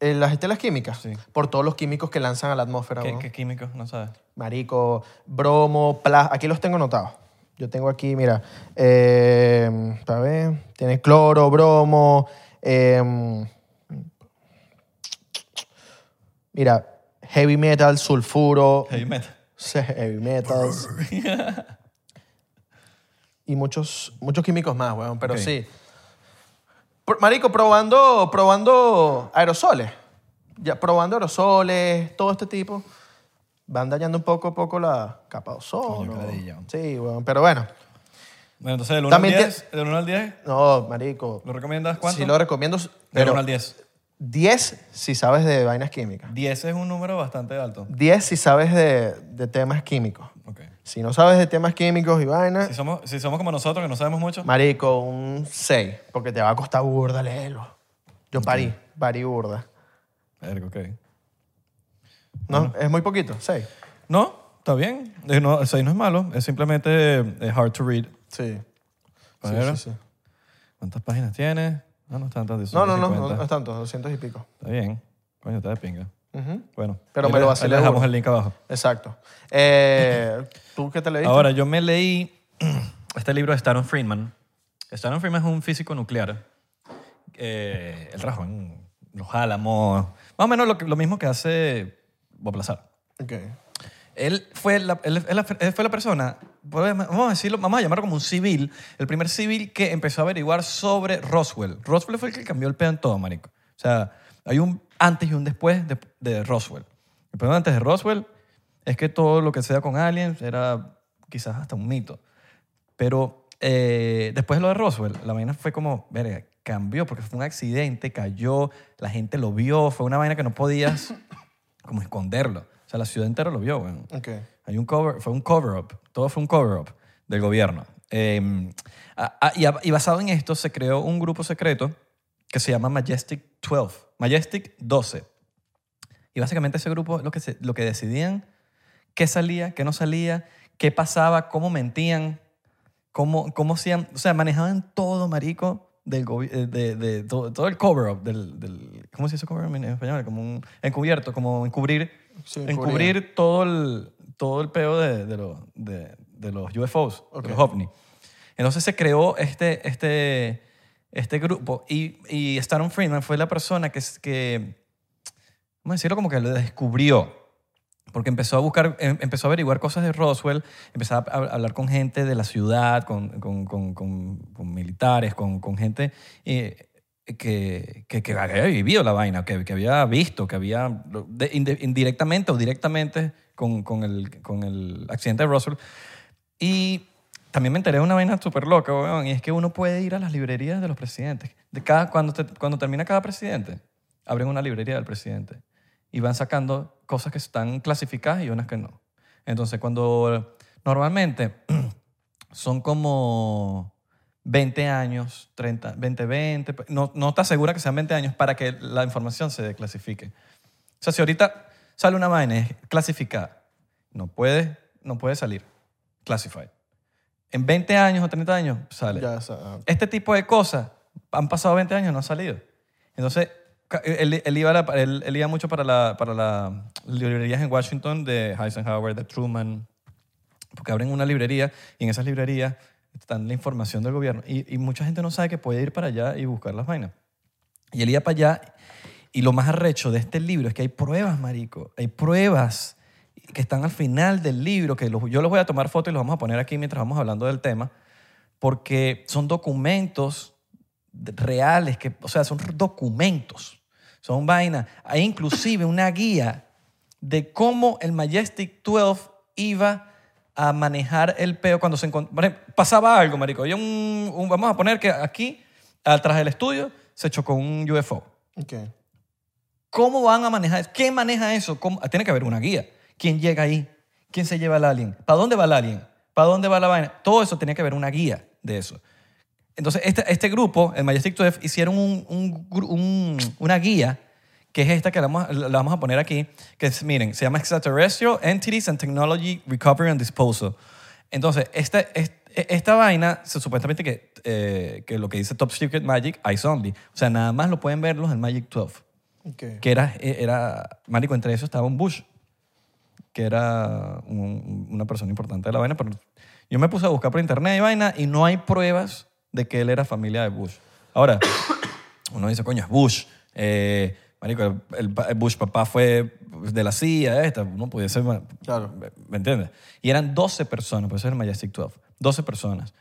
Speaker 1: Eh, las estelas químicas,
Speaker 2: Sí.
Speaker 1: por todos los químicos que lanzan a la atmósfera,
Speaker 2: ¿Qué,
Speaker 1: weón.
Speaker 2: qué químicos? No sabes.
Speaker 1: Marico, bromo, plas... Aquí los tengo anotados. Yo tengo aquí, mira, eh, a ver, tiene cloro, bromo, em, mira, heavy metal, sulfuro,
Speaker 2: Heavy metal. (laughs)
Speaker 1: heavy metals y muchos, muchos químicos más, weón, pero
Speaker 2: Ok.
Speaker 1: sí. Por- Marico, probando, probando aerosoles, ya, probando aerosoles, todo este tipo, van dañando un poco a poco la capa de ozono.
Speaker 2: Coño, qué ladilla.
Speaker 1: Sí, weón, pero bueno,
Speaker 2: Bueno, entonces del 1 al
Speaker 1: También te-
Speaker 2: 10, del 1 al 10
Speaker 1: no, marico,
Speaker 2: ¿lo recomiendas cuánto?
Speaker 1: sí lo recomiendo,
Speaker 2: del
Speaker 1: pero
Speaker 2: 1 al 10.
Speaker 1: 10 si sabes de vainas químicas,
Speaker 2: 10 es un número bastante alto.
Speaker 1: 10 si sabes de, de temas químicos.
Speaker 2: Ok.
Speaker 1: Si no sabes de temas químicos y vainas,
Speaker 2: Si somos, si somos como nosotros, que no sabemos mucho,
Speaker 1: Marico, un 6, porque te va a costar burda leerlo. Yo parí, parí burda.
Speaker 2: Verga, ok.
Speaker 1: No, es muy poquito, 6.
Speaker 2: No, está bien. Eh, No, el 6 no es malo. Es simplemente eh, hard to read.
Speaker 1: Sí.
Speaker 2: Pero,
Speaker 1: sí, sí.
Speaker 2: ¿Cuántas páginas tiene? Ah, No, no es tantas. de
Speaker 1: No, no, no,
Speaker 2: 150.
Speaker 1: no, no es tanto, 200 y pico.
Speaker 2: Está bien. Coño, está de pinga.
Speaker 1: Ujú,
Speaker 2: Bueno.
Speaker 1: Pero
Speaker 2: ahí
Speaker 1: me
Speaker 2: le-
Speaker 1: lo
Speaker 2: ahí
Speaker 1: vacilé
Speaker 2: le dejamos
Speaker 1: burda.
Speaker 2: el link abajo.
Speaker 1: Exacto. Eh, ¿Tú qué te leíste?
Speaker 2: Ahora, yo me leí (clears throat) este libro de Stanton Friedman. Stanton Friedman es un físico nuclear. Eh, él trabajó en Los Álamos. Más o menos lo, que- lo mismo que hace Bob Lazar.
Speaker 1: Ok.
Speaker 2: Él fue la, él- él- él fue la persona, vamos a decirlo, vamos a llamarlo como un civil, el primer civil que empezó a averiguar sobre Roswell. Roswell fue el que cambió el pedo en todo, marico. O sea, hay un antes y un después de, de Roswell. El pedo antes de Roswell es que todo lo que sea con aliens era quizás hasta un mito. Pero eh, después de lo de Roswell, la vaina fue como, verga, cambió porque fue un accidente, cayó, la gente lo vio, fue una vaina que no podías como esconderlo. O sea, la ciudad entera lo vio, weón.
Speaker 1: Ok.
Speaker 2: Hay un cover, fue un cover-up, todo fue un cover-up del gobierno. Eh, a- a- y, a- y basado en esto se creó un grupo secreto que se llama Majestic 12, Majestic 12. Y básicamente ese grupo lo que, se- lo que decidían, qué salía, qué no salía, qué pasaba, cómo mentían, cómo, cómo hacían, o sea, manejaban todo, marico, del gobi- eh, de, de- todo, todo el cover-up, del, del- ¿cómo se dice cover-up en español? Como un encubierto, como encubrir
Speaker 1: Sí,
Speaker 2: encubrir todo el, todo el peo de, de los- de- de los UFOs,
Speaker 1: Ok.
Speaker 2: de los ovnis. Entonces se creó este, este, este grupo y, y Stanton Friedman fue la persona que, s- que, vamos a decirlo como que lo descubrió, porque empezó a buscar, em- empezó a averiguar cosas de Roswell, empezó a hab- a hablar con gente de la ciudad, con, con- con- con- con militares, con, con gente eh, que, que, que había vivido la vaina, que, que había visto, que había lo- de- inde- indirectamente o directamente con, con el, con el accidente de Roswell. Y también me enteré de una vaina súper loca, weón, y es que uno puede ir a las librerías de los presidentes. De cada, cuando, te- cuando termina cada presidente, abren una librería del presidente y van sacando cosas que están clasificadas y unas que no. Entonces, cuando normalmente (clears throat) son como 20 años, 30, 20, 20, no, no está segura que sean 20 años para que la información se declasifique. O sea, si ahorita sale una vaina es clasificada, no puede, no puede salir classified. En 20 años o 30 años sale.
Speaker 1: Ya, o sea, ah,
Speaker 2: Este tipo de cosas han pasado 20 años y no han salido. Entonces, ca- él, él iba, a la- él- él iba mucho para las para la librerías en Washington de Eisenhower, de Truman, porque abren una librería y en esas librerías están la información del gobierno. Y, y mucha gente no sabe que puede ir para allá y buscar las vainas. Y él iba para allá y lo más arrecho de este libro es que hay pruebas, marico. Hay pruebas que están al final del libro, que los- yo los voy a tomar fotos y los vamos a poner aquí mientras vamos hablando del tema porque son documentos de- reales, que, o sea, son documentos, son vainas. Hay inclusive una guía de cómo el Majestic 12 iba a manejar el peo cuando se encontraba. Pasaba algo, marico. Había un- un- vamos a poner que aquí, atrás del estudio, se chocó un UFO.
Speaker 1: ok.
Speaker 2: ¿Cómo van a manejar eso? ¿Quién maneja eso? ¿Cómo? Ah, Tiene que haber una guía. ¿Quién llega ahí? ¿Quién se lleva al alien? ¿Para dónde va el alien? ¿Para dónde va la vaina? Todo eso tenía que haber una guía de eso. Entonces, este, este grupo, el Majestic 12, hicieron un- un gru- un- una guía que es esta que la vamos, a- la vamos a poner aquí, que es, miren, se llama Extraterrestrial Entities and Technology Recovery and Disposal. Entonces, esta, es- esta vaina, se- supuestamente que, eh, que lo que dice Top Secret Magic, Eyes Only. O sea, nada más lo pueden ver los del Magic 12
Speaker 1: Ok.
Speaker 2: que era, eh, era marico, entre esos estaba un Bush, que era un- una persona importante de la vaina, pero yo me puse a buscar por internet y vaina y no hay pruebas de que él era familia de Bush. Ahora, (coughs) uno dice, coño, es Bush. Eh, marico, el, el pa- el Bush papá fue de la CIA, esta, uno pudiese... ma-
Speaker 1: Claro.
Speaker 2: ¿Me- ¿Me entiendes? Y eran 12 personas, por eso es el Majestic 12. 12 personas.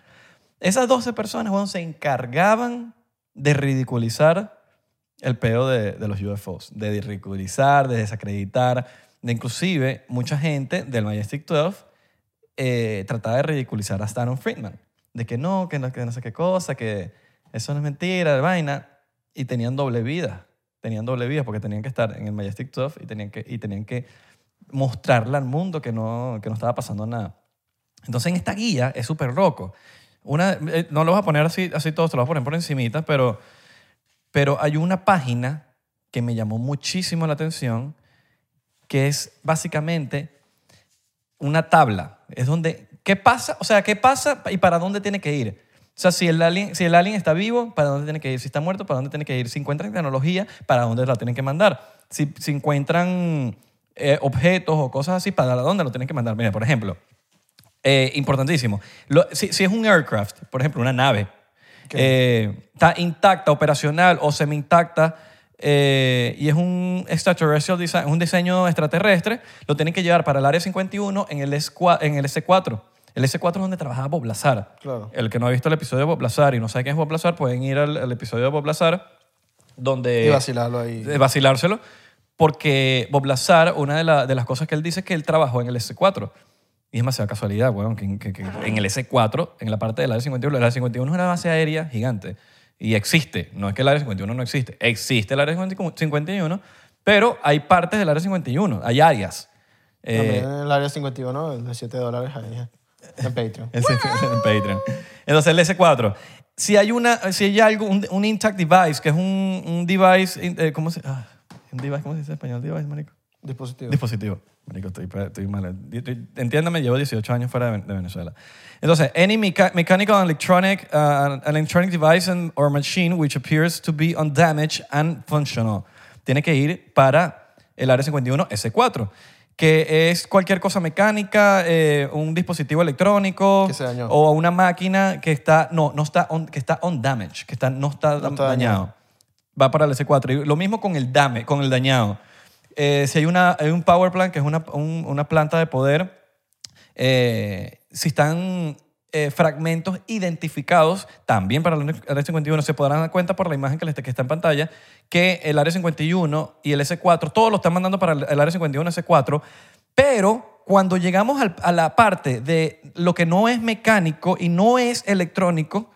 Speaker 2: Esas 12 personas, weón, se encargaban de ridiculizar el pedo de, de los UFOs, de ridiculizar, de desacreditar. De inclusive, mucha gente del Majestic 12 eh, trataba de ridiculizar a Stanton Friedman. De que no, que no, que no sé qué cosa, que eso no es mentira, de vaina. Y tenían doble vida. Tenían doble vida porque tenían que estar en el Majestic 12 y tenían que, y tenían que mostrarle al mundo que no, que no estaba pasando nada. Entonces en esta guía es súper loco. Una, eh, no lo vas a poner así, así todos, te lo voy a poner por encimita, pero, pero hay una página que me llamó muchísimo la atención que es básicamente una tabla. Es donde, ¿qué pasa? O sea, ¿qué pasa y para dónde tiene que ir? O sea, si el, alien, si el alien está vivo, ¿para dónde tiene que ir? Si está muerto, ¿para dónde tiene que ir? Si encuentran tecnología, ¿para dónde la tienen que mandar? Si, si encuentran eh, objetos o cosas así, ¿para dónde lo tienen que mandar? Mira, por ejemplo, eh, importantísimo. Lo- si, si es un aircraft, por ejemplo, una nave, eh, está intacta, operacional o semi-intacta eh, y es un extraterrestrial design, un diseño extraterrestre, lo tienen que llevar para el área 51 en el, S4 en el S4. El S4 es donde trabajaba Bob Lazar.
Speaker 1: Claro.
Speaker 2: El que no ha visto el episodio de Bob Lazar y no sabe quién es Bob Lazar, pueden ir al, al episodio de Bob Lazar donde
Speaker 1: y vacilarlo ahí.
Speaker 2: de vacilárselo, porque Bob Lazar, una de, la- de las cosas que él dice es que él trabajó en el S4. Y es demasiada casualidad, weón, que, que- que en el S4, en la parte del área 51, el área 51 es una base aérea gigante y existe. No es que el área 51 no existe, existe el área 51, pero hay partes del área 51, hay áreas. Eh,
Speaker 1: También en el área 51, el de 7 dólares ahí eh,
Speaker 2: (laughs)
Speaker 1: en Patreon.
Speaker 2: en (laughs) en Patreon. Entonces, el S4. Si hay, una, si hay algo, un, un intact device, que es un, un device, in- eh, ¿cómo se, ah, un device, ¿cómo se dice en español? Device, marico.
Speaker 1: Dispositivo.
Speaker 2: Dispositivo. Marico, estoy, estoy mal. Estoy- Entiéndame, llevo 18 años fuera de, Ven- de Venezuela. Entonces, any mecha- mechanical and electronic, uh, electronic device and- or machine which appears to be undamaged and functional. Tiene que ir para el área 51 S4, que es cualquier cosa mecánica, eh, un dispositivo electrónico
Speaker 1: Que se dañó.
Speaker 2: o una máquina que está no no está on, que está on damage, que está no está,
Speaker 1: No
Speaker 2: dam-
Speaker 1: está
Speaker 2: dañado.
Speaker 1: dañado.
Speaker 2: Va para el S4. Y lo mismo con el dame, con el dañado. Eh, si hay, una, hay un power plant, que es una, un- una planta de poder, eh, si están eh, fragmentos identificados, también para el área 51, se podrán dar cuenta por la imagen que, les- que está en pantalla, que el área 51 y el S4, todos lo están mandando para el, el área 51 S4, pero cuando llegamos al- a la parte de lo que no es mecánico y no es electrónico,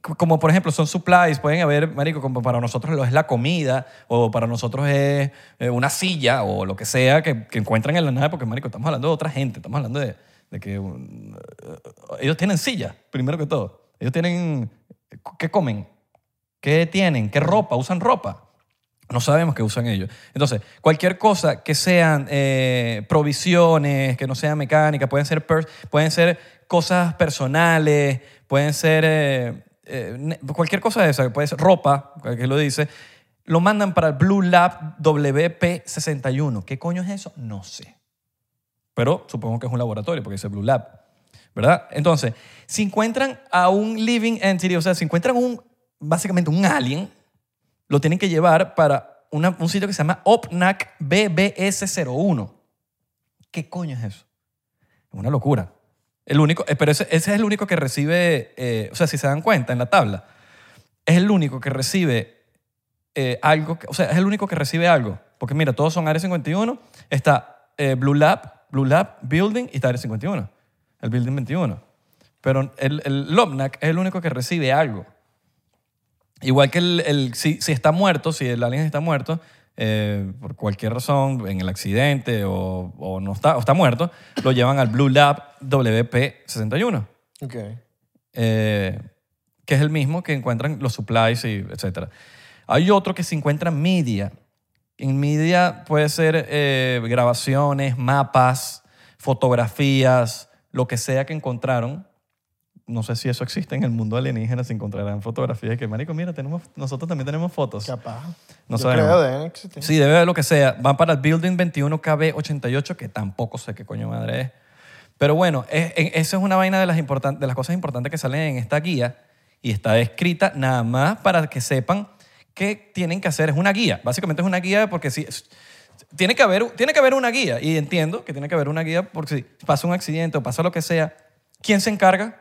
Speaker 2: como por ejemplo son supplies, pueden haber, marico, como para nosotros lo es la comida o para nosotros es eh, una silla o lo que sea que, que encuentran en la nave, porque marico, estamos hablando de otra gente, estamos hablando de, de que um, ellos tienen silla, primero que todo. Ellos tienen, ¿qué comen? ¿Qué tienen? ¿Qué ropa? ¿Usan ropa? No sabemos qué usan ellos. Entonces, cualquier cosa que sean eh, provisiones, que no sean mecánicas, pueden ser, pers- pueden ser cosas personales, pueden ser eh, eh, ne- cualquier cosa de esa, puede ser ropa, que lo dice, lo mandan para el Blue Lab WP61. ¿Qué coño es eso? No sé. Pero supongo que es un laboratorio porque dice Blue Lab, ¿verdad? Entonces, si encuentran a un living entity, o sea, si encuentran un, básicamente un alien, lo tienen que llevar para una- un sitio que se llama OPNAC BBS01. ¿Qué coño es eso? Es una locura. El único, eh, pero ese, ese es el único que recibe, eh, o sea, si se dan cuenta en la tabla, es el único que recibe eh, algo, que- o sea, es el único que recibe algo. Porque mira, todos son Área 51, está eh, Blue Lab, Blue Lab Building y está Área 51, el Building 21. Pero el, el OPNAC es el único que recibe algo. Igual que el, el- si, si está muerto, si el alien está muerto, eh, por cualquier razón, en el accidente o, o no está, o está muerto, lo llevan al Blue Lab WP61,
Speaker 1: Ok.
Speaker 2: eh, que es el mismo que encuentran los supplies, y etc. Hay otro que se encuentra en media. En media puede ser eh, grabaciones, mapas, fotografías, lo que sea que encontraron no sé si eso existe en el mundo alienígena, se encontrarán fotografías que, marico, mira, tenemos, nosotros también tenemos fotos.
Speaker 1: Capaz. Yo
Speaker 2: No sabemos.
Speaker 1: creo de existir.
Speaker 2: Sí, debe haber lo que sea. Van para el Building 21KB88, que tampoco sé qué coño madre es. Pero bueno, es- en- esa es una vaina de las, importan- de las cosas importantes que salen en esta guía y está escrita nada más para que sepan qué tienen que hacer. Es una guía, básicamente es una guía porque si... es- tiene que, haber, tiene que haber una guía y entiendo que tiene que haber una guía porque si pasa un accidente o pasa lo que sea, ¿quién se encarga?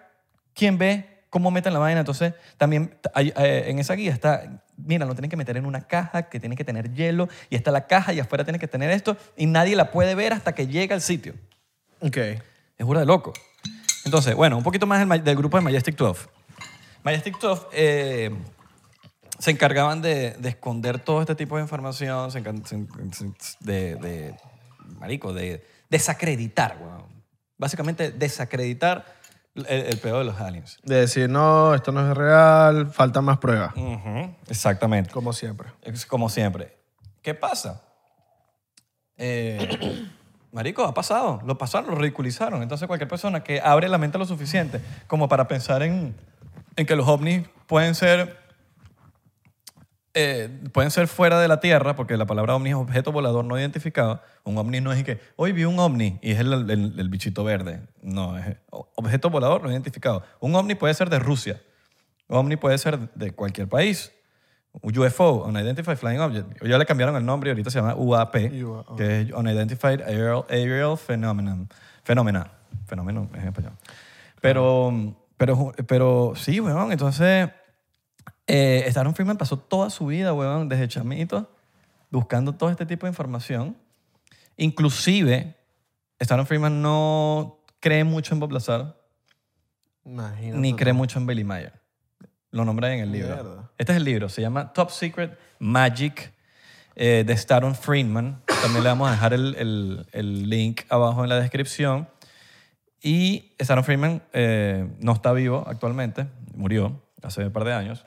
Speaker 2: ¿Quién ve cómo meten la vaina? Entonces, también t- hay- eh, en esa guía está, mira, lo tienen que meter en una caja que tiene que tener hielo y está la caja y afuera tiene que tener esto y nadie la puede ver hasta que llega al sitio.
Speaker 1: Ok.
Speaker 2: Es jura de loco. Entonces, bueno, un poquito más del, ma- del grupo de Majestic 12. Majestic 12 eh, se encargaban de, de esconder todo este tipo de información, se encan- se en- se- de, de- marico, de desacreditar, weón. Básicamente desacreditar el, el pedo de los aliens.
Speaker 1: De decir, no, esto no es real, faltan más pruebas.
Speaker 2: Mm. Exactamente.
Speaker 1: Como siempre.
Speaker 2: Es como siempre. ¿Qué pasa? Eh, (clears throat) marico, ha pasado. Lo pasaron, lo ridiculizaron. Entonces cualquier persona que abre la mente lo suficiente como para pensar en, en que los ovnis pueden ser eh, pueden ser fuera de la Tierra, porque la palabra ovni es objeto volador no identificado. Un ovni no es y que, hoy vi un ovni y es el, el- el bichito verde. No, es o- objeto volador no identificado. Un ovni puede ser de Rusia. Un ovni puede ser de cualquier país. Un UFO, Unidentified Flying Object. Ya le cambiaron el nombre y ahorita se llama UAP,
Speaker 1: UAP.
Speaker 2: que es Unidentified Aerial, Aerial Phenomenon. Phenomena. Fenómeno es en español. Pero, pero, pero sí, weón, entonces... Eh, Staron Freeman pasó toda su vida, weón, desde chamito, buscando todo este tipo de información. Inclusive, Staron Freeman no cree mucho en Bob Lazar,
Speaker 1: Imagínate.
Speaker 2: ni cree mucho en Billy Mayer. Lo nombra en el libro.
Speaker 1: Mierda.
Speaker 2: Este es el libro, se llama Top Secret Magic eh, de Staron Friedman. También le vamos a dejar el, el- el link abajo en la descripción. Y Staron Friedman eh, no está vivo actualmente, murió hace un par de años,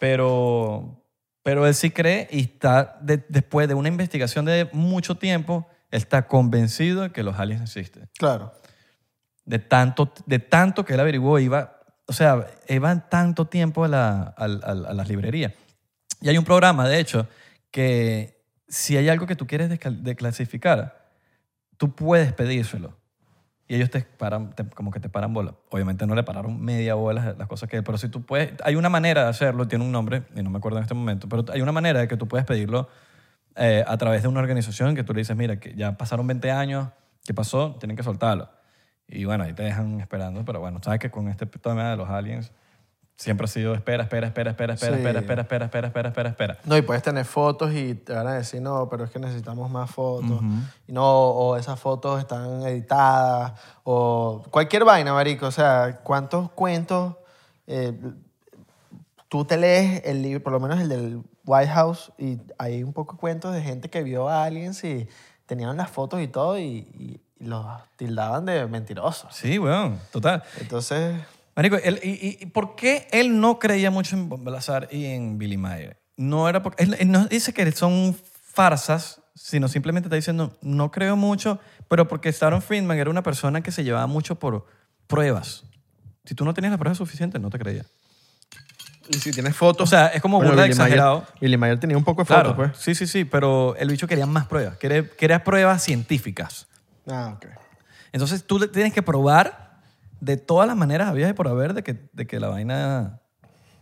Speaker 2: pero, pero él sí cree y está, de- después de una investigación de mucho tiempo, él está convencido de que los aliens existen.
Speaker 1: Claro.
Speaker 2: De tanto, de tanto que él averiguó, iba, o sea, iban tanto tiempo a, la, al- al- a las librerías. Y hay un programa, de hecho, que si hay algo que tú quieres descal- desclasificar, tú puedes pedírselo. Y ellos te paran, te- como que te paran bola. Obviamente no le pararon media bola las cosas que... Pero si tú puedes... Hay una manera de hacerlo, tiene un nombre, y no me acuerdo en este momento, pero hay una manera de que tú puedes pedirlo eh, a través de una organización que tú le dices, mira, que ya pasaron 20 años, ¿qué pasó? Tienen que soltarlo. Y bueno, ahí te dejan esperando, pero bueno, sabes que con este tema de los aliens siempre ha sido espera, espera, espera, espera, espera,
Speaker 1: Sí.
Speaker 2: espera, espera, espera, espera, espera, espera, espera.
Speaker 1: No, y puedes tener fotos y te van a decir, no, pero es que necesitamos más fotos. Y no, o esas fotos están editadas, o cualquier vaina, marico. O sea, ¿cuántos cuentos eh, tú te lees el libro, por lo menos el del White House, y hay un poco de cuentos de gente que vio a aliens y tenían las fotos y todo, y, y- y los tildaban de mentirosos.
Speaker 2: Sí, weón, total.
Speaker 1: Entonces,
Speaker 2: Marico, él- y, y- y por qué él no creía mucho en Balazar y en Billy Mayer? No era porque... Él, él no dice que son farsas, sino simplemente está diciendo, no creo mucho, pero porque Staron Friedman era una persona que se llevaba mucho por pruebas. Si tú no tenías la prueba suficiente, no te creía.
Speaker 1: y si tienes fotos.
Speaker 2: O sea, es como burda de exagerado.
Speaker 1: Billy Mayer tenía un poco de
Speaker 2: Claro,
Speaker 1: fotos, pues.
Speaker 2: sí, sí, sí, pero el bicho quería más pruebas, quería, quería pruebas científicas.
Speaker 1: Ah, ok.
Speaker 2: Entonces tú le tienes que probar de todas las maneras había y por haber de que, de que la vaina...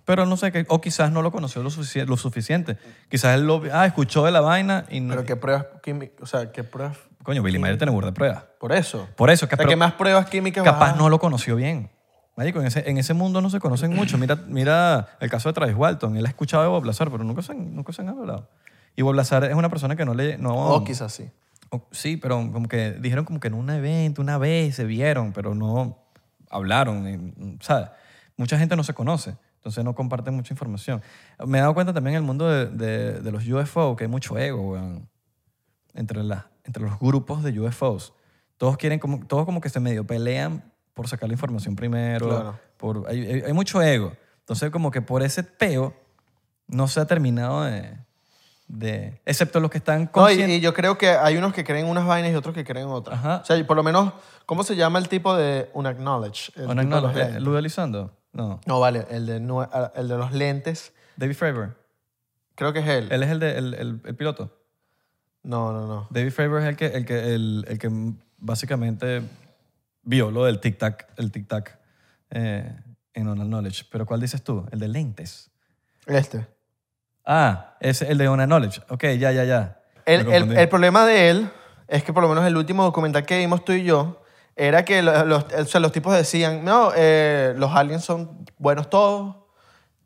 Speaker 2: Pero no sé, que, o quizás no lo conoció lo, sufici- lo suficiente. Quizás él lo ah, escuchó de la vaina y no...
Speaker 1: Pero qué pruebas químicas, o sea, qué pruebas
Speaker 2: Coño, Billy Mayer tiene burda de pruebas.
Speaker 1: por eso.
Speaker 2: Por eso, que,
Speaker 1: o sea,
Speaker 2: pero
Speaker 1: ¿qué más pruebas químicas vas
Speaker 2: capaz
Speaker 1: a-
Speaker 2: no lo conoció bien. Marico, en ese, en ese mundo no se conocen mucho. Mira, mira el caso de Travis Walton. Él ha escuchado de Bob Lazar, pero nunca se, han- nunca se han hablado. Y Bob Lazar es una persona que no le... No,
Speaker 1: O quizás sí.
Speaker 2: O- Sí, pero como que dijeron como que en un evento, una vez se vieron, pero no hablaron, y, ¿sabes? Mucha gente no se conoce, entonces no comparten mucha información. Me he dado cuenta también en el mundo de, de- de los UFO que hay mucho ego, weón, entre, las entre los grupos de UFOs. Todos quieren, como, todos como que se medio pelean por sacar la información primero.
Speaker 1: Claro.
Speaker 2: Por, hay, hay- hay mucho ego. Entonces como que por ese peo no se ha terminado de... de- excepto los que están
Speaker 1: No, y,
Speaker 2: conscientes.
Speaker 1: y yo creo que hay unos que creen unas vainas y otros que creen otras.
Speaker 2: Ajá.
Speaker 1: O sea, y por lo menos, ¿cómo se llama el tipo de unacknowledge? El
Speaker 2: ¿O no,
Speaker 1: tipo de
Speaker 2: no,
Speaker 1: los
Speaker 2: lo- eh,
Speaker 1: lentes.
Speaker 2: Lou Elizondo? No.
Speaker 1: No, vale, el de, nue- ah, el de los lentes,
Speaker 2: David Fravor.
Speaker 1: creo que es él.
Speaker 2: Él es el, de, el, el- el piloto.
Speaker 1: No, no, no.
Speaker 2: David Fravor es el que, el que, el, el que básicamente vio lo del tic-tac, el tic-tac eh, en Onal Knowledge. Pero ¿cuál dices tú? El de lentes.
Speaker 1: Este.
Speaker 2: Ah, es el de Onal Knowledge. Ok, ya, ya, ya. Me
Speaker 1: El, el-
Speaker 2: confundí.
Speaker 1: el problema de él es que por lo menos el último documental que vimos tú y yo era que lo- los, o sea, los tipos decían, no, eh, los aliens son buenos todos,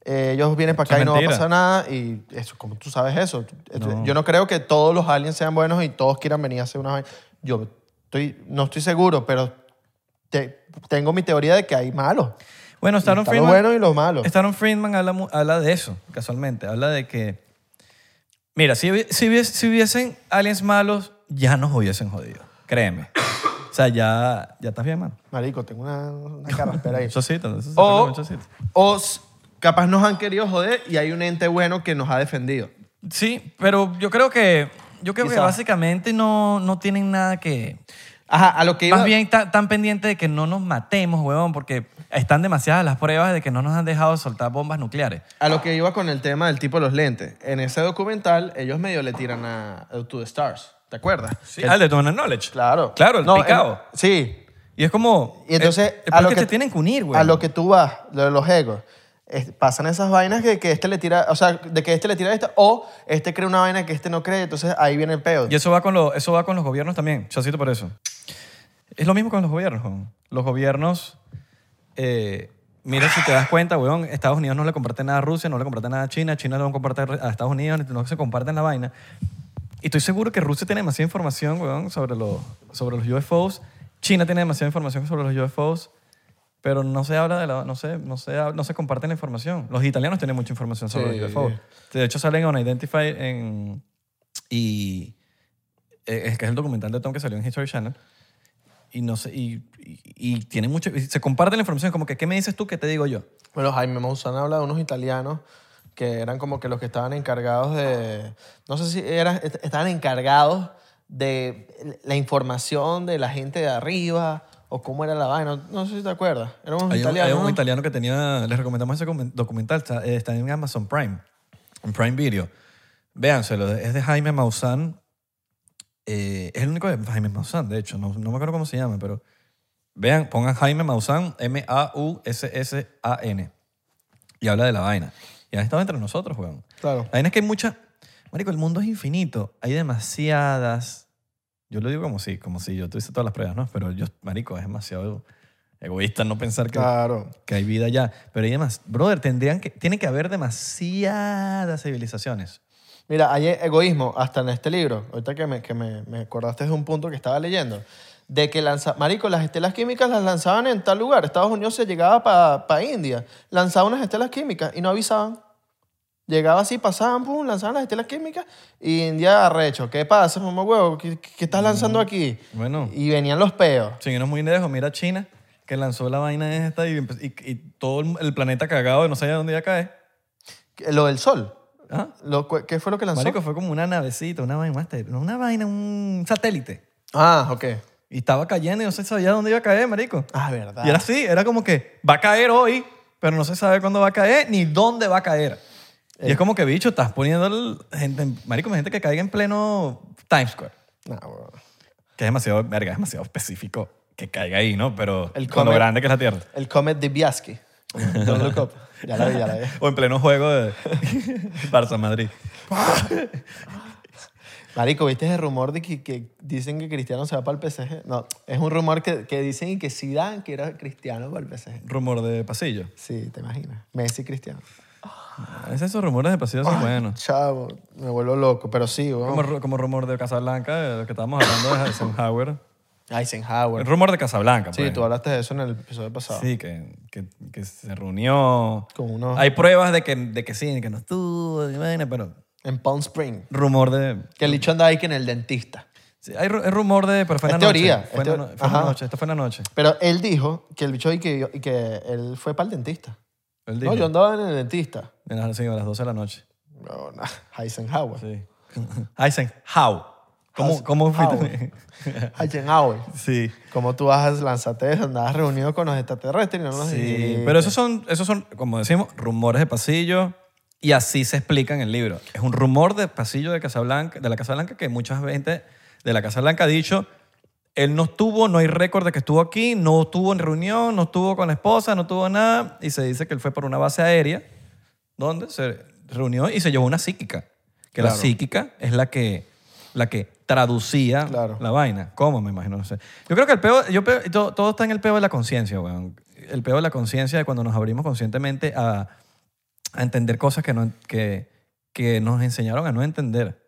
Speaker 1: eh, ellos vienen para
Speaker 2: Eso
Speaker 1: acá
Speaker 2: es
Speaker 1: y no va a
Speaker 2: mentira.
Speaker 1: pasar nada, y eso, ¿cómo tú sabes eso? Esto-
Speaker 2: No.
Speaker 1: Yo no creo que todos los aliens sean buenos y todos quieran venir a hacer una... vaina. Yo estoy, no estoy seguro, pero te- tengo mi teoría de que hay malos.
Speaker 2: Bueno,
Speaker 1: Están
Speaker 2: Staron
Speaker 1: los
Speaker 2: Friedman.
Speaker 1: buenos y los malos.
Speaker 2: Staron Friedman habla, mu- habla de eso, casualmente. Habla de que, mira, si, hubi- si, hubies- si hubiesen aliens malos, ya nos hubiesen jodido. Créeme. O sea, ya, ya estás bien, mano.
Speaker 1: Marico, tengo una, una carraspera
Speaker 2: (laughs)
Speaker 1: ahí.
Speaker 2: Eso sí, entonces se
Speaker 1: O,
Speaker 2: pone mucho así.
Speaker 1: o s- capaz nos han querido joder y hay un ente bueno que nos ha defendido.
Speaker 2: Sí, pero yo creo que yo creo que
Speaker 1: Quizá.
Speaker 2: básicamente no, no tienen nada que
Speaker 1: Ajá, a lo que iba...
Speaker 2: más bien ta- tan pendiente de que no nos matemos, huevón, porque están demasiadas las pruebas de que no nos han dejado soltar bombas nucleares.
Speaker 1: A lo que iba con el tema del tipo de los lentes. En ese documental, ellos medio le tiran a Out to the Stars. ¿Te acuerdas? Que-
Speaker 2: Ah, el de Donald Knowledge.
Speaker 1: Claro.
Speaker 2: Claro, el
Speaker 1: No,
Speaker 2: picado.
Speaker 1: en- sí.
Speaker 2: Y es como
Speaker 1: Y entonces...
Speaker 2: el, el peor es que te tienen que unir,
Speaker 1: A
Speaker 2: huevón.
Speaker 1: lo que tú vas, lo de los egos. es- pasan esas vainas que, que este le tira... O sea, de que este le tira a este o este cree una vaina que este no cree. Entonces, ahí viene el peo.
Speaker 2: Y eso va con, lo- eso va con los gobiernos también, chacito por eso. Es lo mismo con los gobiernos, weón. Los gobiernos, eh, mira si te das cuenta, weón, Estados Unidos no le comparte nada a Rusia, no le comparte nada a China, China no comparte a Estados Unidos, no se comparten la vaina. Y estoy seguro que Rusia tiene demasiada información, weón, sobre, los- sobre los UFOs. China tiene demasiada información sobre los UFOs. Pero no se habla de la... No se, no se, hab- no se comparte la información. Los italianos tienen mucha información sobre
Speaker 1: Sí.
Speaker 2: los UFOs. De hecho, salen en Identify en, Y eh, es que es el documental de Tom que salió en History Channel. Y, no sé, y, y- y tiene mucho... y se comparte la información, como que, ¿qué me dices tú? ¿Qué te digo yo?
Speaker 1: Bueno, Jaime Maussan habla de unos italianos que eran como que los que estaban encargados de, no sé si eran, est- estaban encargados de la información de la gente de arriba o cómo era la vaina, no, sé si te acuerdas. Eran unos
Speaker 2: Hay un,
Speaker 1: italianos.
Speaker 2: hay un
Speaker 1: ¿no?
Speaker 2: italiano que tenía, les recomendamos ese comen- documental, está, eh, está en Amazon Prime, en Prime Video. Véanselo, es de Jaime Maussan. eh, es el único de Jaime Maussan, de hecho, no, no me acuerdo cómo se llama, pero vean, pongan Jaime Maussan, M-A-U-S-S-A-N, y habla de la vaina. Y han estado entre nosotros, weón.
Speaker 1: Claro.
Speaker 2: La vaina es que hay muchas. Marico, el mundo es infinito. Hay demasiadas. Yo lo digo como si, como si yo tuviese todas las pruebas, ¿no? Pero yo, Marico, es demasiado egoísta no pensar que,
Speaker 1: Claro.
Speaker 2: que hay vida allá. Pero hay demás. Brother, tendrían que, tiene que haber demasiadas civilizaciones.
Speaker 1: Mira, hay egoísmo hasta en este libro. Ahorita que me, que me, me acordaste de un punto que estaba leyendo. De que lanza, marico, las estelas químicas las lanzaban en tal lugar. Estados Unidos se llegaba para India. Lanzaba unas estelas químicas y no avisaban. Llegaba así, pasaban, pum, lanzaban las estelas químicas y India arrecho. ¿Qué pasa, mamá huevo? ¿Qué, qué- qué estás lanzando aquí?
Speaker 2: Bueno.
Speaker 1: Y venían los peos.
Speaker 2: Si no es muy lejos, mira China, que lanzó la vaina esta y, empe- y- y todo el- el planeta cagado de no sabía dónde iba a caer.
Speaker 1: Lo del sol.
Speaker 2: ¿Ah?
Speaker 1: Lo cu- ¿Qué fue lo que lanzó?
Speaker 2: Marico, fue como una navecita, una vaina, más te- no, una vaina, un satélite.
Speaker 1: Ah, ok.
Speaker 2: Y estaba cayendo y no se sabía dónde iba a caer, marico.
Speaker 1: Ah, verdad.
Speaker 2: Y era así, era como que va a caer hoy, pero no se sabe cuándo va a caer ni dónde va a caer.
Speaker 1: Eh.
Speaker 2: Y es como que, bicho, estás poniendo el- gente, en- marico, gente que caiga en pleno Times Square.
Speaker 1: Nah, huevón.
Speaker 2: Que es demasiado, verga, es demasiado específico que caiga ahí, ¿no? Pero
Speaker 1: El
Speaker 2: con lo
Speaker 1: comer.
Speaker 2: grande que es la Tierra.
Speaker 1: El Comet
Speaker 2: (laughs)
Speaker 1: Dibiaski. Don't look up. Ya la vi, ya la vi.
Speaker 2: O en pleno
Speaker 1: (laughs)
Speaker 2: juego de Barça-Madrid.
Speaker 1: Marico, ¿viste ese rumor de que, que dicen que Cristiano se va para el PSG? No, es un rumor que, que dicen y que Zidane que era Cristiano para el PSG.
Speaker 2: Rumor de pasillo. Ah,
Speaker 1: Sí, te imaginas. Messi Cristiano.
Speaker 2: Es esos rumores de pasillo son buenos.
Speaker 1: Chavo, me vuelvo loco, pero sí,
Speaker 2: Como,
Speaker 1: weón.
Speaker 2: ru- como rumor de Casablanca, de lo que estábamos hablando
Speaker 1: (laughs)
Speaker 2: de Eisenhower. El
Speaker 1: Eisenhower.
Speaker 2: rumor de Casablanca,
Speaker 1: Sí,
Speaker 2: pues.
Speaker 1: tú hablaste de eso en el episodio pasado.
Speaker 2: Sí, que, que, que se reunió.
Speaker 1: Con uno
Speaker 2: Hay pruebas de que, de que sí, de que no estuvo, y vaina, pero
Speaker 1: en Palm Spring.
Speaker 2: rumor de...
Speaker 1: Que el licho anda ahí que en el dentista.
Speaker 2: sí, hay, ru- hay rumor de... Pero fue en
Speaker 1: Es
Speaker 2: la noche.
Speaker 1: teoría,
Speaker 2: Fue,
Speaker 1: es
Speaker 2: en la
Speaker 1: teo-
Speaker 2: no- fue en la
Speaker 1: ajá.
Speaker 2: noche. Esto fue en la noche.
Speaker 1: Pero él dijo que el bicho y que, y que él fue para el dentista.
Speaker 2: Él dijo,
Speaker 1: No, yo andaba en el dentista.
Speaker 2: en las- sí, a las 12 de la noche.
Speaker 1: No, no, Eisenhower.
Speaker 2: (laughs) Sí. Eisenhower. ¿Cómo,
Speaker 1: House-
Speaker 2: cómo fuiste?
Speaker 1: Howard. Eisenhower.
Speaker 2: (laughs) sí.
Speaker 1: ¿Cómo tú vas a lanzarte eso? Andabas reunido con los extraterrestres y no nos
Speaker 2: Sí,
Speaker 1: dijiste.
Speaker 2: pero esos son, esos son, como decimos, rumores de pasillo y así se explica en el libro. Es un rumor de pasillo de Casablanca, de la Casa Blanca que mucha gente de la Casa Blanca ha dicho, él no estuvo, no hay récord de que estuvo aquí, no estuvo en reunión, no estuvo con la esposa, no tuvo nada y se dice que él fue por una base aérea donde se reunió y se llevó una psíquica, que la
Speaker 1: Claro.
Speaker 2: psíquica es la que la que traducía
Speaker 1: Claro.
Speaker 2: la vaina. ¿Cómo? Me imagino, no sé. Yo creo que el peo, yo peo- todo, todo está en el peo de la conciencia, weón. El peo de la conciencia de cuando nos abrimos conscientemente a, a entender cosas que, no, que, que nos enseñaron a no entender.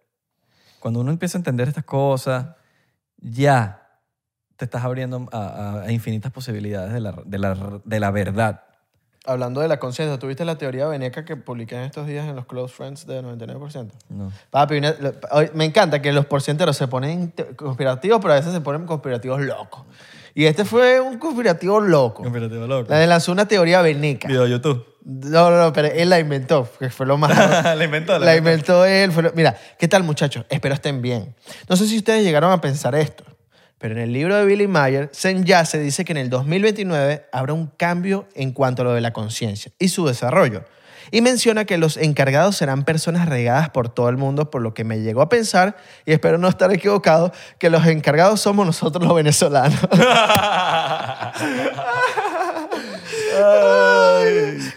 Speaker 2: Cuando uno empieza a entender estas cosas, ya te estás abriendo a, a- a infinitas posibilidades de la, de la, de la verdad.
Speaker 1: Hablando de la conciencia, ¿tuviste la teoría veneca que publiqué en estos días en los Close Friends de 99%?
Speaker 2: No.
Speaker 1: Papi, una- lo- ay, me encanta que los porcienteros se ponen te- conspirativos, pero a veces se ponen conspirativos locos. Y este fue un conspirativo loco.
Speaker 2: Conspirativo loco.
Speaker 1: La de lanzó una teoría veneca.
Speaker 2: Video
Speaker 1: (laughs)
Speaker 2: de YouTube. (laughs)
Speaker 1: No, no, no, pero él la inventó, que fue lo más...
Speaker 2: (laughs) la inventó.
Speaker 1: La inventó él. fue lo- Mira, ¿qué tal muchachos? Espero estén bien. No sé si ustedes llegaron a pensar esto, pero en el libro de Billy Mayer, Zen Yase dice que en el 2029 habrá un cambio en cuanto a lo de la conciencia y su desarrollo. Y menciona que los encargados serán personas regadas por todo el mundo, por lo que me llegó a pensar, y espero no estar equivocado, que los encargados somos nosotros los venezolanos.
Speaker 2: (laughs)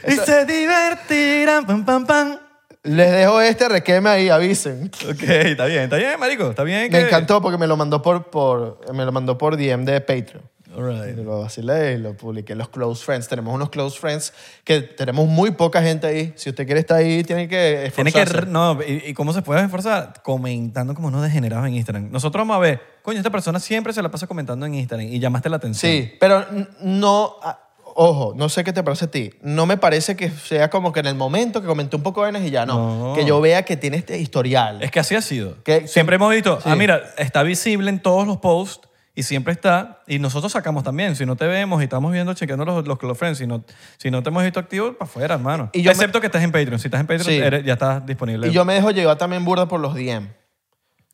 Speaker 2: Y se divertirán, pam, pam, pam.
Speaker 1: Les dejo este requeme ahí, avisen.
Speaker 2: Ok, está bien, está bien, marico, está bien.
Speaker 1: Me
Speaker 2: que-
Speaker 1: encantó porque me lo mandó por, por, me lo mandó por DM de Patreon.
Speaker 2: All right.
Speaker 1: Y lo vacilé y lo publiqué en los close friends. Tenemos unos close friends que tenemos muy poca gente ahí. Si usted quiere estar ahí, tiene que
Speaker 2: Tiene que...
Speaker 1: esforzarse.
Speaker 2: No, ¿y, y cómo se puede esforzar? Comentando como unos degenerados en Instagram. Nosotros vamos a ver, coño, esta persona siempre se la pasa comentando en Instagram y llamaste la atención.
Speaker 1: Sí, pero n- no... ah, ojo, no sé qué te parece a ti. No me parece que sea como que en el momento que comenté un poco de vainas y ya no.
Speaker 2: No.
Speaker 1: Que yo vea que tiene este historial.
Speaker 2: Es que así ha sido.
Speaker 1: Que-
Speaker 2: siempre hemos visto,
Speaker 1: sí.
Speaker 2: ah, mira, está visible en todos los posts y siempre está. Y nosotros sacamos también. Si no te vemos y estamos viendo, chequeando los, los close friends, si no, si no te hemos visto activo, para afuera, hermano.
Speaker 1: Y yo me-
Speaker 2: Excepto que estés en Patreon. Si estás en Patreon,
Speaker 1: Sí.
Speaker 2: eres- ya estás disponible.
Speaker 1: Y yo me dejo llevar también burda por los DM.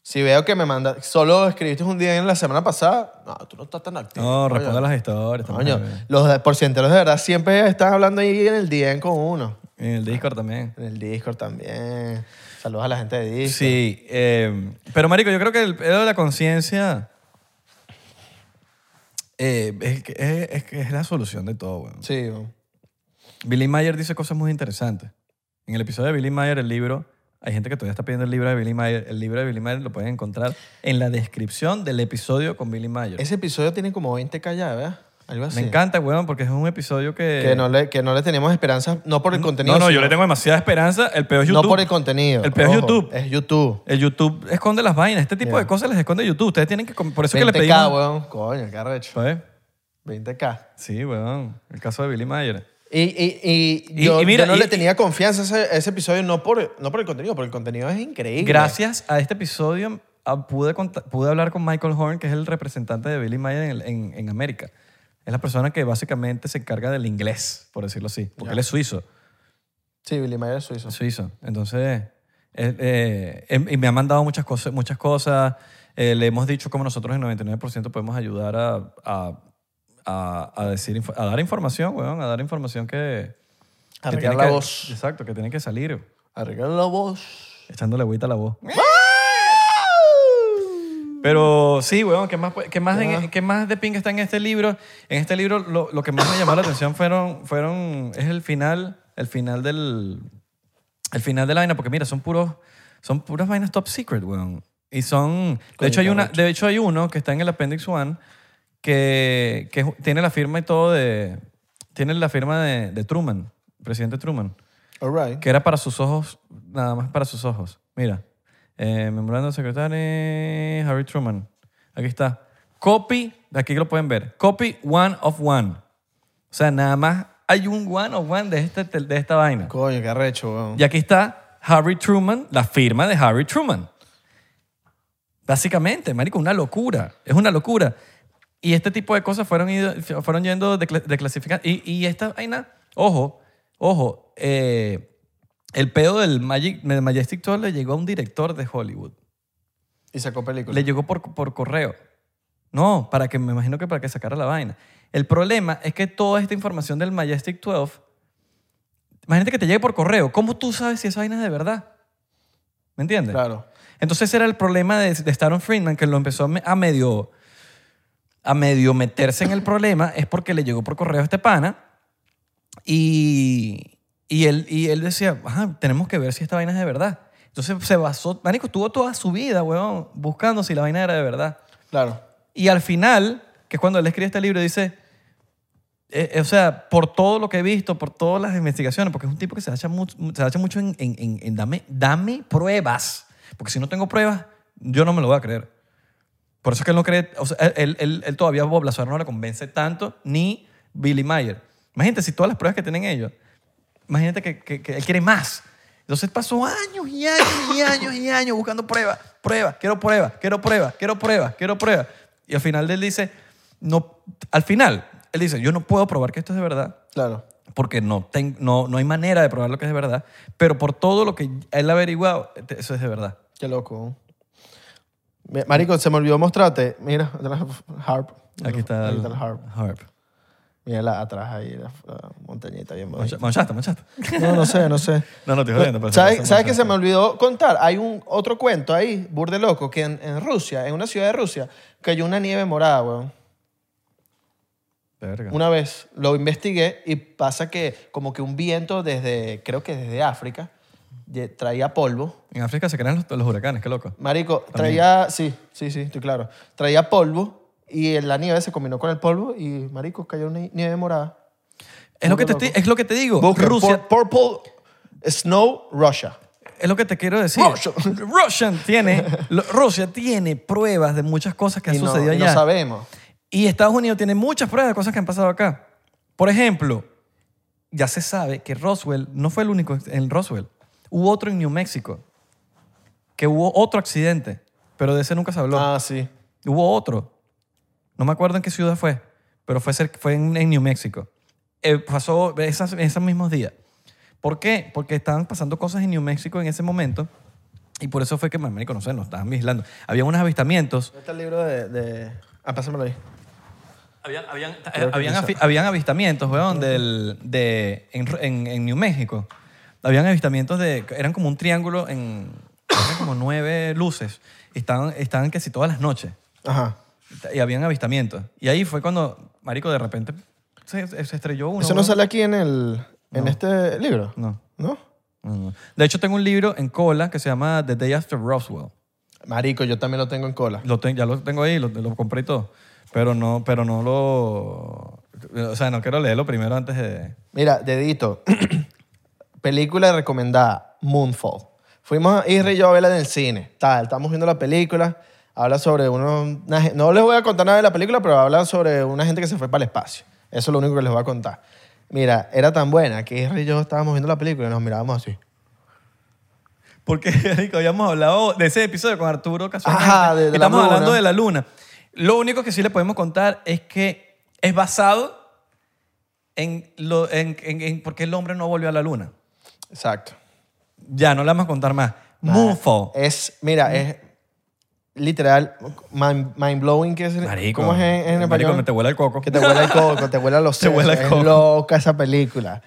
Speaker 1: Si veo que me manda, solo escribiste un DM la semana pasada, no, tú no estás tan activo.
Speaker 2: no,
Speaker 1: coño.
Speaker 2: responda las historias.
Speaker 1: Coño,
Speaker 2: también.
Speaker 1: los de- porcienteros de verdad siempre están hablando ahí en el DM con uno.
Speaker 2: En el Discord también.
Speaker 1: En el Discord también. Saludos a la gente de Discord.
Speaker 2: Sí, eh, pero marico, yo creo que el pedo de la conciencia eh, es, que- es- es que es la solución de todo, weón.
Speaker 1: Sí, weón.
Speaker 2: Billy Mayer dice cosas muy interesantes. En el episodio de Billy Mayer, el libro, hay gente que todavía está pidiendo el libro de Billy Mayer. El libro de Billy Mayer lo pueden encontrar en la descripción del episodio con Billy Mayer.
Speaker 1: Ese episodio tiene como 20 k ya, ¿verdad? Algo así.
Speaker 2: Me encanta, weón, porque es un episodio que...
Speaker 1: Que no le, que no le teníamos esperanza, no por el contenido.
Speaker 2: No, no, yo
Speaker 1: sino-
Speaker 2: le tengo demasiada esperanza. El peor es
Speaker 1: No
Speaker 2: YouTube.
Speaker 1: por el contenido.
Speaker 2: El peor es
Speaker 1: ojo,
Speaker 2: YouTube.
Speaker 1: Es YouTube.
Speaker 2: El YouTube esconde las vainas. Este tipo
Speaker 1: Ya.
Speaker 2: de cosas les esconde YouTube. Ustedes tienen que... Por eso es que le
Speaker 1: 20K,
Speaker 2: pedimos...
Speaker 1: weón. Coño, qué arrecho.
Speaker 2: ¿Sabes?
Speaker 1: 20K.
Speaker 2: Sí, weón. El caso de Billy Mayer.
Speaker 1: Y, y, y
Speaker 2: Y-
Speaker 1: yo,
Speaker 2: y mira,
Speaker 1: yo no
Speaker 2: y-
Speaker 1: le
Speaker 2: y-
Speaker 1: tenía confianza a ese, a ese episodio, no por, no por el contenido, porque el contenido es increíble.
Speaker 2: Gracias a este episodio ah, pude, conta- pude hablar con Michael Horn, que es el representante de Billy Mayer en, el- en- en América. Es la persona que básicamente se encarga del inglés, por decirlo así, porque
Speaker 1: Ya.
Speaker 2: él es suizo.
Speaker 1: Sí, Billy Mayer es suizo.
Speaker 2: es suizo. Entonces, él, eh, em- y me ha mandado muchas cosas. Muchas cosas. Eh, le hemos dicho como nosotros en 99% podemos ayudar a, a, a- a decir, info- a dar información, weón, a dar información que... que
Speaker 1: Arreglar
Speaker 2: tiene
Speaker 1: la
Speaker 2: que-
Speaker 1: voz.
Speaker 2: Exacto, que tiene que salir.
Speaker 1: Arreglar la voz.
Speaker 2: Echándole agüita a la voz. Pero sí, weón, ¿qué más, pu- qué más, en- e, qué más de pinga está en este libro? En este libro lo, lo que más me llamó la atención fueron, fueron, es el final, el final del, el final de la vaina, porque mira, son puros, son puras vainas top secret, weón. Y son, de hecho hay una, de hecho hay uno que está en el Appendix One que, que tiene la firma y todo de, tiene la firma de, de Truman, presidente Truman
Speaker 1: All right.
Speaker 2: que era para sus ojos, nada más para sus ojos. Mira, eh, memorando secretario Harry Truman. Aquí está. Copy, aquí lo pueden ver. Copy one of one. O sea, nada más hay un one of one de, este, tel- de esta vaina.
Speaker 1: Coño, qué arrecho, weón.
Speaker 2: Y aquí está Harry Truman, la firma de Harry Truman. Básicamente, marico, una locura. Es una locura. Y este tipo de cosas fueron, ido- fueron yendo de, cla- de clasificar. Y, y esta vaina, ojo, ojo, eh, el pedo del, Magic, del Majestic Tour le llegó a un director de Hollywood.
Speaker 1: Y sacó película.
Speaker 2: Le llegó por, por correo. No, para que me imagino que para que sacara la vaina. El problema es que toda esta información del Majestic 12, imagínate que te llegue por correo. ¿Cómo tú sabes si esa vaina es de verdad? ¿Me entiendes?
Speaker 1: Claro.
Speaker 2: Entonces ese era el problema de, de Staron Friedman, que lo empezó a, me- a medio a medio meterse en el problema, es porque le llegó por correo a este pana y, y, él, y él decía, "Ajá, tenemos que ver si esta vaina es de verdad. Entonces se basó, Manico estuvo toda su vida, weón, buscando si la vaina era de verdad.
Speaker 1: Claro.
Speaker 2: Y al final, que es cuando él escribe este libro, dice, eh, eh, o sea, por todo lo que he visto, por todas las investigaciones, porque es un tipo que se hacha mucho, se hacha mucho en, en- en- en dame, dame pruebas, porque si no tengo pruebas, yo no me lo voy a creer. Por eso es que él no cree, o sea, él, él- él todavía Bob Lazar no le convence tanto, ni Billy Mayer. Imagínate, si todas las pruebas que tienen ellos, imagínate que, que- que él quiere más. Entonces pasó años y años y años y años buscando pruebas, pruebas, quiero pruebas, quiero pruebas, quiero pruebas, quiero pruebas. Y al final él dice, no, al final, él dice, yo no puedo probar que esto es de verdad
Speaker 1: Claro.
Speaker 2: porque no, ten- no, no hay manera de probar lo que es de verdad, pero por todo lo que él ha averiguado, te- eso es de verdad.
Speaker 1: Qué loco. Me- Marico, se me olvidó mostrarte. Mira, atrás, harp.
Speaker 2: Aquí está,
Speaker 1: Ahí
Speaker 2: el,
Speaker 1: el harp.
Speaker 2: harp.
Speaker 1: Mira la- atrás ahí, la, la montañita bien bonita.
Speaker 2: Mancha- Manchaste, manchaste.
Speaker 1: No, no sé, no sé.
Speaker 2: No, no, te estoy jodiendo. pero-
Speaker 1: ¿Sabes, ¿Sabes que se me olvidó contar? Hay un otro cuento ahí, burde loco, que en, en Rusia, en una ciudad de Rusia, cayó una nieve morada, weón.
Speaker 2: Verga.
Speaker 1: Una vez lo investigué y pasa que como que un viento desde, creo que desde África, ye- traía polvo.
Speaker 2: En África se crean los, los huracanes, qué loco.
Speaker 1: Marico, traía, sí, sí, sí, estoy claro. Traía polvo y la nieve se combinó con el polvo y, marico, cayó una nieve morada.
Speaker 2: Es lo, que te,
Speaker 1: loco.
Speaker 2: estoy- es lo que te digo.
Speaker 1: Busquen
Speaker 2: Rusia,
Speaker 1: Pur- Purple Snow Russia.
Speaker 2: es lo que te quiero decir.
Speaker 1: Russian.
Speaker 2: Russian tiene, lo- Rusia tiene pruebas de muchas cosas que han
Speaker 1: y no,
Speaker 2: sucedido
Speaker 1: y no
Speaker 2: allá.
Speaker 1: sabemos.
Speaker 2: Y Estados Unidos tiene muchas pruebas de cosas que han pasado acá. Por ejemplo, ya se sabe que Roswell no fue el único en Roswell. Hubo otro en New Mexico, que hubo otro accidente, pero de ese nunca se habló.
Speaker 1: Ah, sí.
Speaker 2: Hubo otro. No me acuerdo en qué ciudad fue, pero fue, cer- fue en, en New Mexico. Eh, pasó esas, esos mismos días. ¿Por qué? Porque estaban pasando cosas en New Mexico en ese momento y por eso fue que, marico, no sé, nos estaban vigilando. Había unos avistamientos.
Speaker 1: ¿Dónde está el Este libro de...? de... Ah, pásamelo ahí.
Speaker 2: Habían, habían,
Speaker 1: Creo que
Speaker 2: habían
Speaker 1: quizá.
Speaker 2: afi- habían avistamientos, weón, del, de, en, en, en New México. Habían avistamientos de... Eran como un triángulo en... Eran como nueve luces. Y estaban, estaban casi todas las noches.
Speaker 1: Ajá.
Speaker 2: Y habían avistamientos. Y ahí fue cuando, marico, de repente se, se estrelló uno.
Speaker 1: Eso no
Speaker 2: weón.
Speaker 1: sale aquí en el... En
Speaker 2: No.
Speaker 1: este libro.
Speaker 2: No.
Speaker 1: ¿No?
Speaker 2: No, no. De hecho, tengo un libro en cola que se llama The Day After Roswell.
Speaker 1: Marico, yo también lo tengo en cola.
Speaker 2: Lo ten- ya lo tengo ahí, lo, lo compré y todo. Pero no, pero no lo... O sea, no quiero leerlo primero antes de...
Speaker 1: Mira, dedito. (clears throat) película recomendada, Moonfall. Fuimos a Isra y yo a verla en el cine. Tal, estamos viendo la película. Habla sobre uno... una gen- no les voy a contar nada de la película, pero habla sobre una gente que se fue para el espacio. Eso es lo único que les voy a contar. Mira, era tan buena que Isra y yo estábamos viendo la película y nos mirábamos así.
Speaker 2: Porque (laughs) marico, habíamos hablado de ese episodio con Arturo casualmente.
Speaker 1: Ajá, de- de la
Speaker 2: Estamos
Speaker 1: luna.
Speaker 2: hablando de la luna. Lo único que sí le podemos contar es que es basado en, lo, en, en- en por qué el hombre no volvió a la luna.
Speaker 1: Exacto.
Speaker 2: Ya, no le vamos a contar más. Moonfall.
Speaker 1: Es, mira, es literal mind, mind blowing que es el-
Speaker 2: Marico.
Speaker 1: ¿Cómo es en, en
Speaker 2: Marico,
Speaker 1: español?
Speaker 2: me te huele el coco.
Speaker 1: Que te huela el coco, te huela los
Speaker 2: (laughs) Te huela el
Speaker 1: sesos.
Speaker 2: coco.
Speaker 1: Es loca esa película.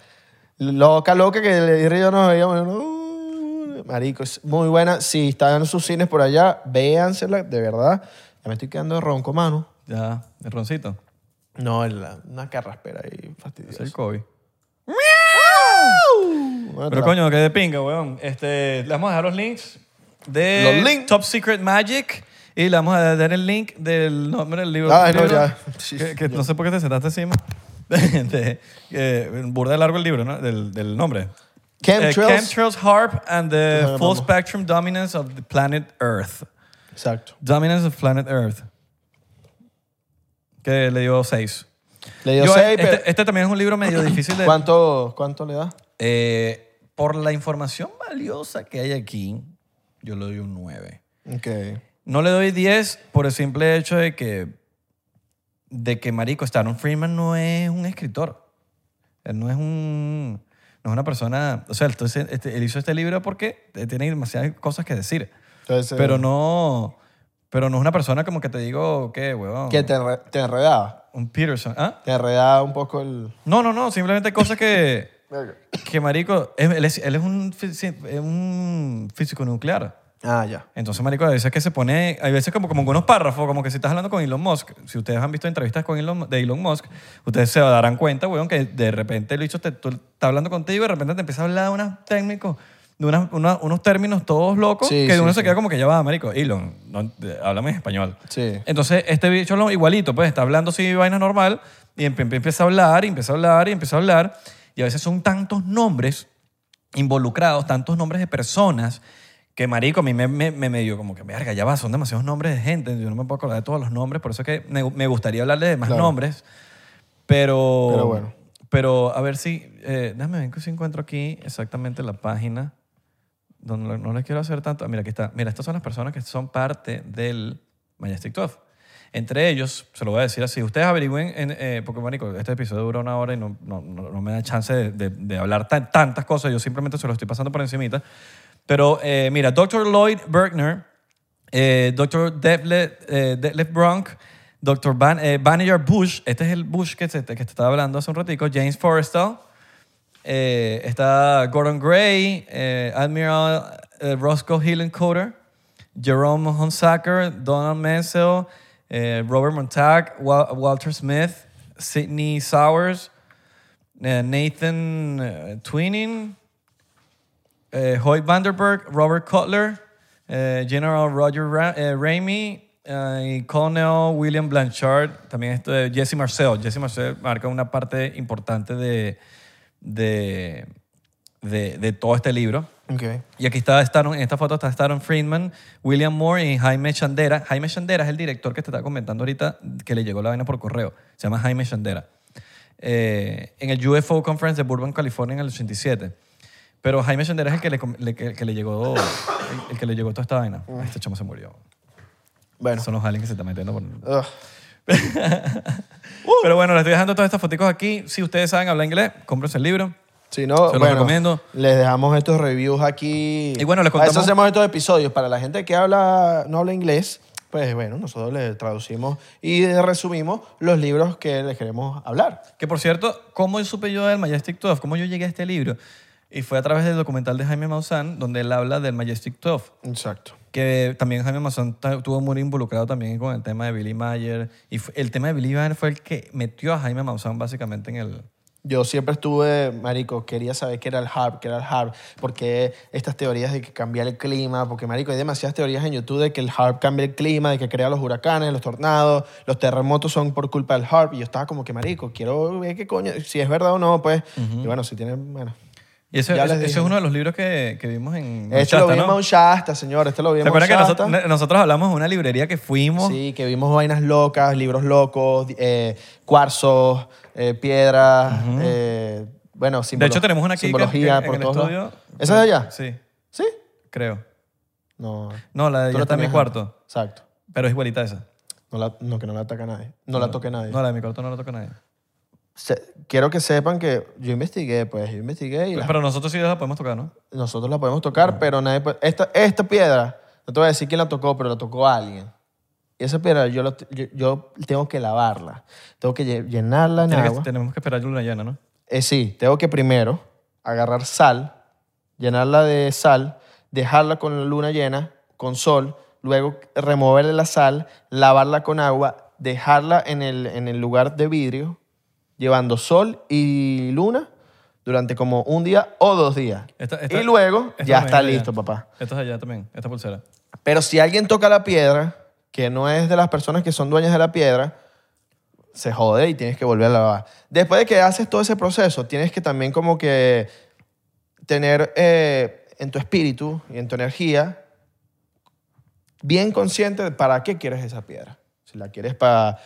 Speaker 1: Loca, loca, que el río nos veíamos. "Uh, Marico, es muy buena. Si están en sus cines por allá, véansela, de verdad. Ya me estoy quedando ronco, mano.
Speaker 2: Ya, el roncito.
Speaker 1: No, el- una carraspera ahí
Speaker 2: Es
Speaker 1: fastidiosa.
Speaker 2: el COVID.
Speaker 1: Bueno, te
Speaker 2: Pero
Speaker 1: la-
Speaker 2: coño, que de pinga, weón. Este, le vamos a dejar los links de
Speaker 1: Los links.
Speaker 2: Top Secret Magic y le vamos a dar el link del nombre del libro.
Speaker 1: Ay, Ah, no,
Speaker 2: libro,
Speaker 1: ya.
Speaker 2: Que, que no sé por qué te sentaste encima. (laughs) De, eh, burda de largo el libro, ¿no? Del, del nombre.
Speaker 1: Chemtrails.
Speaker 2: Eh, Chemtrails Harp and the
Speaker 1: Ajá,
Speaker 2: Full
Speaker 1: vamos.
Speaker 2: Spectrum Dominance of the Planet Earth.
Speaker 1: Exacto.
Speaker 2: Dominance of Planet Earth. Que le dio 6.
Speaker 1: Le dio seis,
Speaker 2: este,
Speaker 1: pero-
Speaker 2: este también es un libro medio difícil de...
Speaker 1: ¿Cuánto, ¿Cuánto le da?
Speaker 2: Eh, por la información valiosa que hay aquí, yo le doy un 9.
Speaker 1: Ok.
Speaker 2: No le doy 10 por el simple hecho de que, de que Marico Stanton Freeman no es un escritor. Él no es un... No es una persona... O sea, entonces, este, él hizo este libro porque tiene demasiadas cosas que decir.
Speaker 1: Entonces,
Speaker 2: Pero no... Pero no es una persona como que te digo, ¿qué, huevón?
Speaker 1: eh, Que te, enre- te enredaba.
Speaker 2: Un Peterson. ¿Ah?
Speaker 1: Te enredaba un poco el.
Speaker 2: No, no, no. Simplemente cosas que... Que marico, es- él es, él es un, fisi- es un físico nuclear.
Speaker 1: Ah, ya.
Speaker 2: Entonces, marico, a veces que se pone, hay veces como, como con unos párrafos, como que si estás hablando con Elon Musk, si ustedes han visto entrevistas con Elon, de Elon Musk, ustedes se darán cuenta, weón, que de repente el bicho te, tú- está hablando contigo y de repente te empieza a hablar de unos técnicos, de unas- una- unos términos todos locos,
Speaker 1: Sí,
Speaker 2: que
Speaker 1: sí,
Speaker 2: uno se
Speaker 1: sí.
Speaker 2: queda como que ya va, marico, Elon, no, de- háblame en español.
Speaker 1: Sí.
Speaker 2: Entonces, este bicho lo igualito, pues está hablando así vaina normal y em- em- empieza a hablar, y empieza a hablar, y empieza a hablar. Y a veces son tantos nombres involucrados, tantos nombres de personas que, marico, a mí me, me, me- me dio como que, verga, ya va, son demasiados nombres de gente. Yo no me puedo acordar de todos los nombres, por eso es que me, me gustaría hablarle de más
Speaker 1: Claro.
Speaker 2: nombres. Pero...
Speaker 1: Pero bueno.
Speaker 2: Pero a ver si... eh, déjame ver si encuentro aquí exactamente la página. Donde no, no les quiero hacer tanto... ah, Mira, aquí está. Mira, estas son las personas que son parte del Majestic 12. Entre ellos, se lo voy a decir así, ustedes averigüen, en, eh, porque marico, este episodio dura una hora y no, no- no- no me da chance de, de- de hablar tan- tantas cosas, yo simplemente se lo estoy pasando por encimita. Pero eh, mira, Dr. Lloyd Bergner, eh, Dr. Detlef, eh, Detlef Bronk, Dr. Van, eh, Vannevar Bush, este es el Bush que, se- que te estaba hablando hace un ratico, James Forrestal, eh, está Gordon Gray, eh, Admiral eh, Roscoe Hill Coder, Jerome Honsacker, Donald Menzel, eh, Robert Montag, Wa- Walter Smith, Sidney Sowers, eh, Nathan eh, Twining, eh, Hoyt Vanderberg, Robert Cutler, eh, General Roger Ra- eh, Ramey eh, y Colonel William Blanchard. También esto de Jesse Marcel. Jesse Marcel marca una parte importante de, de, de, de todo este libro.
Speaker 1: Ok.
Speaker 2: Y aquí está Staron, en esta foto está Staron Friedman, William Moore y Jaime Chandera. Jaime Chandera es el director que te estaba comentando ahorita que le llegó la vaina por correo. Se llama Jaime Chandera. eh, en el UFO Conference de Burbank, California, en el 87. Pero Jaime Sendera es el que le, com- le- que, que le llegó el, el que le llegó toda esta vaina. Este chamo se murió.
Speaker 1: Bueno.
Speaker 2: Son los aliens que se están metiendo por...
Speaker 1: Ugh.
Speaker 2: Pero bueno, les estoy dejando todas estas fotos aquí. Si ustedes saben hablar inglés, cómprense el libro.
Speaker 1: Si no,
Speaker 2: Se los
Speaker 1: bueno,
Speaker 2: recomiendo.
Speaker 1: les dejamos estos reviews aquí.
Speaker 2: Y bueno, les
Speaker 1: Para Eso
Speaker 2: contamos-
Speaker 1: hacemos estos episodios. Para la gente que habla, no habla inglés, pues bueno, nosotros les traducimos y resumimos los libros que les queremos hablar.
Speaker 2: Que por cierto, ¿cómo supe yo del Majestic 12? ¿Cómo yo llegué a este libro? Y fue a través del documental de Jaime Maussan, donde él habla del Majestic 12.
Speaker 1: Exacto.
Speaker 2: Que también Jaime Maussan ta- estuvo muy involucrado también con el tema de Billy Mayer. Y fu- el tema de Billy Mayer fue el que metió a Jaime Maussan básicamente en el...
Speaker 1: Yo siempre estuve, marico, quería saber qué era el HARP, qué era el HARP, porque estas teorías de que cambia el clima, porque, marico, hay demasiadas teorías en YouTube de que el HARP cambia el clima, de que crea los huracanes, los tornados, los terremotos son por culpa del HARP, y yo estaba como que, marico, quiero ver qué coño, si es verdad o no, pues, y bueno, si tienen, bueno.
Speaker 2: Y ese,
Speaker 1: Ya les
Speaker 2: ese- ese
Speaker 1: dije.
Speaker 2: es uno de los libros que, que vimos en...
Speaker 1: Este lo
Speaker 2: Shasta,
Speaker 1: vi en
Speaker 2: ¿no?
Speaker 1: Mount Shasta, señor, este lo vi
Speaker 2: ¿Se
Speaker 1: en Mount
Speaker 2: acuerdan que
Speaker 1: Shasta.
Speaker 2: nosotros, nosotros hablamos de una librería que fuimos?
Speaker 1: Sí, que vimos vainas locas, libros locos, eh, cuarzos, eh, piedras, eh, bueno,
Speaker 2: de
Speaker 1: simbolo-
Speaker 2: hecho, tenemos una aquí que-
Speaker 1: simbología
Speaker 2: que-
Speaker 1: por
Speaker 2: en el
Speaker 1: todos lados.
Speaker 2: estudio.
Speaker 1: ¿Esa es allá?
Speaker 2: Sí,
Speaker 1: ¿Sí?
Speaker 2: creo.
Speaker 1: No.
Speaker 2: No, la
Speaker 1: Tú
Speaker 2: de ella
Speaker 1: la
Speaker 2: está en mi
Speaker 1: tenías-
Speaker 2: cuarto,
Speaker 1: Exacto.
Speaker 2: pero es igualita a esa.
Speaker 1: No, la- no, que no la ataca nadie. No, la toque nadie.
Speaker 2: No, la de mi cuarto no la toca nadie.
Speaker 1: Se- quiero que sepan que yo investigué, pues, yo investigué y la-
Speaker 2: Pero Ah. nosotros sí la podemos tocar, ¿no?
Speaker 1: nosotros la podemos tocar, pero nadie puede- Esta, esta piedra, no te voy a decir quién la tocó, pero la tocó alguien. Y esa piedra yo, la- yo, yo tengo que lavarla. Tengo que lle- llenarla en
Speaker 2: Tiene que-
Speaker 1: agua.
Speaker 2: tenemos que esperar luna llena, ¿no?
Speaker 1: Eh, sí, tengo que primero agarrar sal, llenarla de sal, dejarla con la luna llena, con sol, luego removerle la sal, lavarla con agua, dejarla en el, en el lugar de vidrio, llevando sol y luna durante como un día o dos días.
Speaker 2: Esta- esta-
Speaker 1: y luego
Speaker 2: esta
Speaker 1: ya
Speaker 2: también
Speaker 1: está
Speaker 2: es de allá.
Speaker 1: listo, papá.
Speaker 2: Esta es allá también, esta pulsera.
Speaker 1: Pero si alguien toca la piedra, que no es de las personas que son dueñas de la piedra, se jode y tienes que volver a lavar. Después de que haces todo ese proceso, tienes que también como que tener eh, en tu espíritu y en tu energía bien consciente de para qué quieres esa piedra. Si la quieres para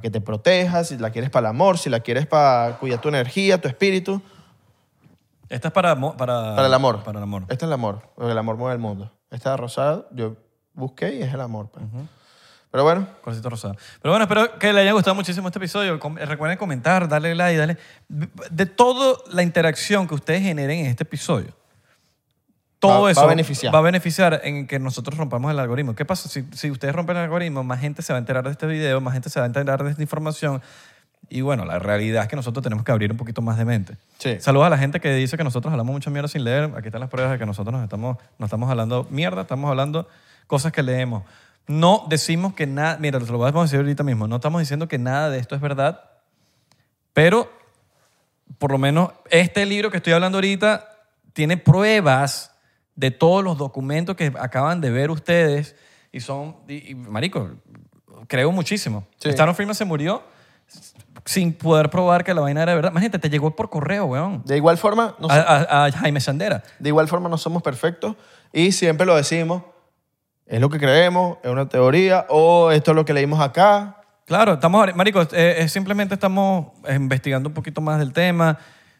Speaker 1: que te proteja, si la quieres para el amor, si la quieres para cuidar tu energía, tu espíritu.
Speaker 2: Esta es para, mo- para...
Speaker 1: Para el amor.
Speaker 2: Para el amor.
Speaker 1: Este es el amor, porque el amor mueve el mundo. Esta rosada yo busqué y es el amor. pues. Pero bueno,
Speaker 2: Corcito rosado. Pero bueno, espero que les haya gustado muchísimo este episodio. Com- Recuerden comentar, darle like, darle... De toda la interacción que ustedes generen en este episodio, todo
Speaker 1: Va- va a
Speaker 2: eso
Speaker 1: beneficiar.
Speaker 2: va a beneficiar en que nosotros rompamos el algoritmo. ¿Qué pasa? Si, si ustedes rompen el algoritmo, más gente se va a enterar de este video, más gente se va a enterar de esta información. Y bueno, la realidad es que nosotros tenemos que abrir un poquito más de mente.
Speaker 1: Sí.
Speaker 2: Saludos a la gente que dice que nosotros hablamos mucha mierda sin leer. Aquí están las pruebas de que nosotros nos estamos, no estamos hablando mierda, estamos hablando cosas que leemos. No decimos que nada, mira, lo vamos a decir ahorita mismo, no estamos diciendo que nada de esto es verdad, pero por lo menos este libro que estoy hablando ahorita tiene pruebas de todos los documentos que acaban de ver ustedes y son, y- y, marico, creo muchísimo.
Speaker 1: Sí.
Speaker 2: Staron Firma se murió sin poder probar que la vaina era verdad. Imagínate, te llegó por correo, weón.
Speaker 1: de igual forma, no
Speaker 2: A, a- a Jaime Sandera.
Speaker 1: De igual forma, no somos perfectos y siempre lo decimos. Es lo que creemos, es una teoría, o esto es lo que leímos acá.
Speaker 2: Claro, estamos, ahora- marico, eh, eh, simplemente estamos investigando un poquito más del tema,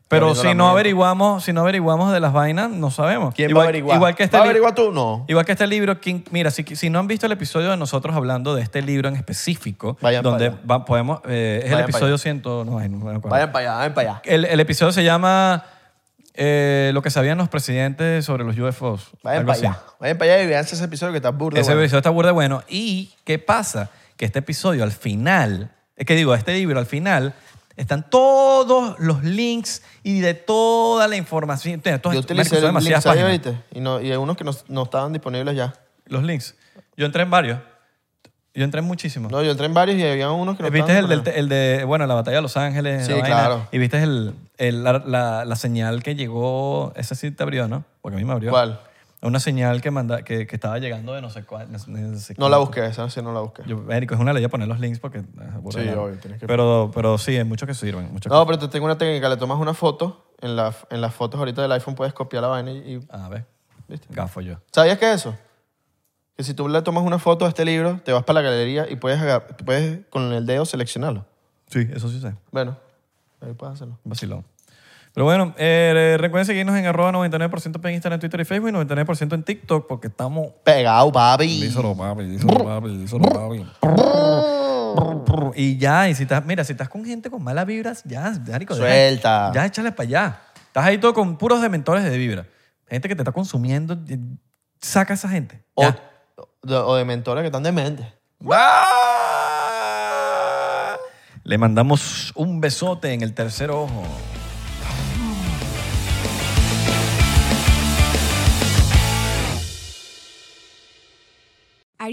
Speaker 2: pero
Speaker 1: Abriendo la
Speaker 2: si no
Speaker 1: mente.
Speaker 2: averiguamos, si no averiguamos de las vainas, no sabemos.
Speaker 1: ¿Quién
Speaker 2: igual,
Speaker 1: va a averiguar?
Speaker 2: Igual que este
Speaker 1: ¿Va a
Speaker 2: libro-
Speaker 1: averiguar tú? No.
Speaker 2: Igual que este libro, quien- mira, si, si no han visto el episodio de nosotros hablando de este libro en específico,
Speaker 1: Vayan pa'
Speaker 2: donde
Speaker 1: allá.
Speaker 2: va- podemos, eh, es
Speaker 1: Vayan
Speaker 2: el
Speaker 1: pa'
Speaker 2: episodio 100, no, ay, no me acuerdo.
Speaker 1: Vayan para allá, vayan para allá.
Speaker 2: El, el episodio se llama eh, Lo que sabían los presidentes sobre los UFOs.
Speaker 1: Vayan
Speaker 2: algo
Speaker 1: para
Speaker 2: así.
Speaker 1: allá. Vayan para allá y vean ese episodio que está burdo.
Speaker 2: Ese
Speaker 1: bueno.
Speaker 2: episodio está burda de bueno. ¿Y qué pasa? Que este episodio al final, es que digo, este libro al final, están todos los links y de toda la información. Entonces, todo
Speaker 1: Yo
Speaker 2: esto- marico,
Speaker 1: utilicé
Speaker 2: son
Speaker 1: el
Speaker 2: demasiadas
Speaker 1: links ahí
Speaker 2: páginas.
Speaker 1: ahorita y, no, y hay unos que no, no estaban disponibles ya.
Speaker 2: Los links. Yo entré en varios. Yo entré en muchísimos. Eh,
Speaker 1: No, yo entré en varios y había unos que no
Speaker 2: ¿Viste
Speaker 1: estaban
Speaker 2: el, del
Speaker 1: disponibles.
Speaker 2: te- el de, bueno, la batalla de Los Ángeles?
Speaker 1: Sí,
Speaker 2: la vaina?
Speaker 1: claro.
Speaker 2: Y viste el, el- la, la- la señal que llegó, esa sí te abrió, ¿no? Porque a mí me abrió.
Speaker 1: ¿Cuál?
Speaker 2: Una señal que, manda, que, que estaba llegando de no sé cuál. No, sé- no sé
Speaker 1: No la
Speaker 2: cuánto.
Speaker 1: busqué, esa sí no la busqué.
Speaker 2: Yo, Érico, es una ley poner los links porque... ah, burda
Speaker 1: Sí,
Speaker 2: de nada.
Speaker 1: obvio, tienes que-
Speaker 2: pero, pero sí, hay muchos que sirven. Muchos
Speaker 1: No, pero te tengo una técnica. Le tomas una foto. En, la- en las fotos ahorita del iPhone puedes copiar la vaina y- y
Speaker 2: que- A ver,
Speaker 1: ¿Viste?
Speaker 2: gafo yo.
Speaker 1: ¿Sabías que eso? Que si tú le tomas una foto a este libro, te vas para la galería y puedes, agar- puedes con el dedo seleccionarlo.
Speaker 2: Sí, eso sí sé.
Speaker 1: Bueno, Ahí puedes hacerlo.
Speaker 2: Vacilón. Pero bueno, eh, recuerden seguirnos en arroba 99% en Instagram, Twitter y Facebook y 99% en TikTok porque estamos...
Speaker 1: Pegado, papi.
Speaker 2: Díselo, papi, díselo, papi, díselo, papi. Y ya, y si estás, mira, si estás con gente con malas vibras, ya, marico, deja-
Speaker 1: Suelta.
Speaker 2: ya échale para allá. Estás ahí todo con puros dementores de vibra. Gente que te está consumiendo, eh, saca a esa gente.
Speaker 1: O,
Speaker 2: Ya.
Speaker 1: de, o de mentores que están dementes.
Speaker 2: ¡Ah! Le mandamos un besote en el tercer ojo.
Speaker 3: Are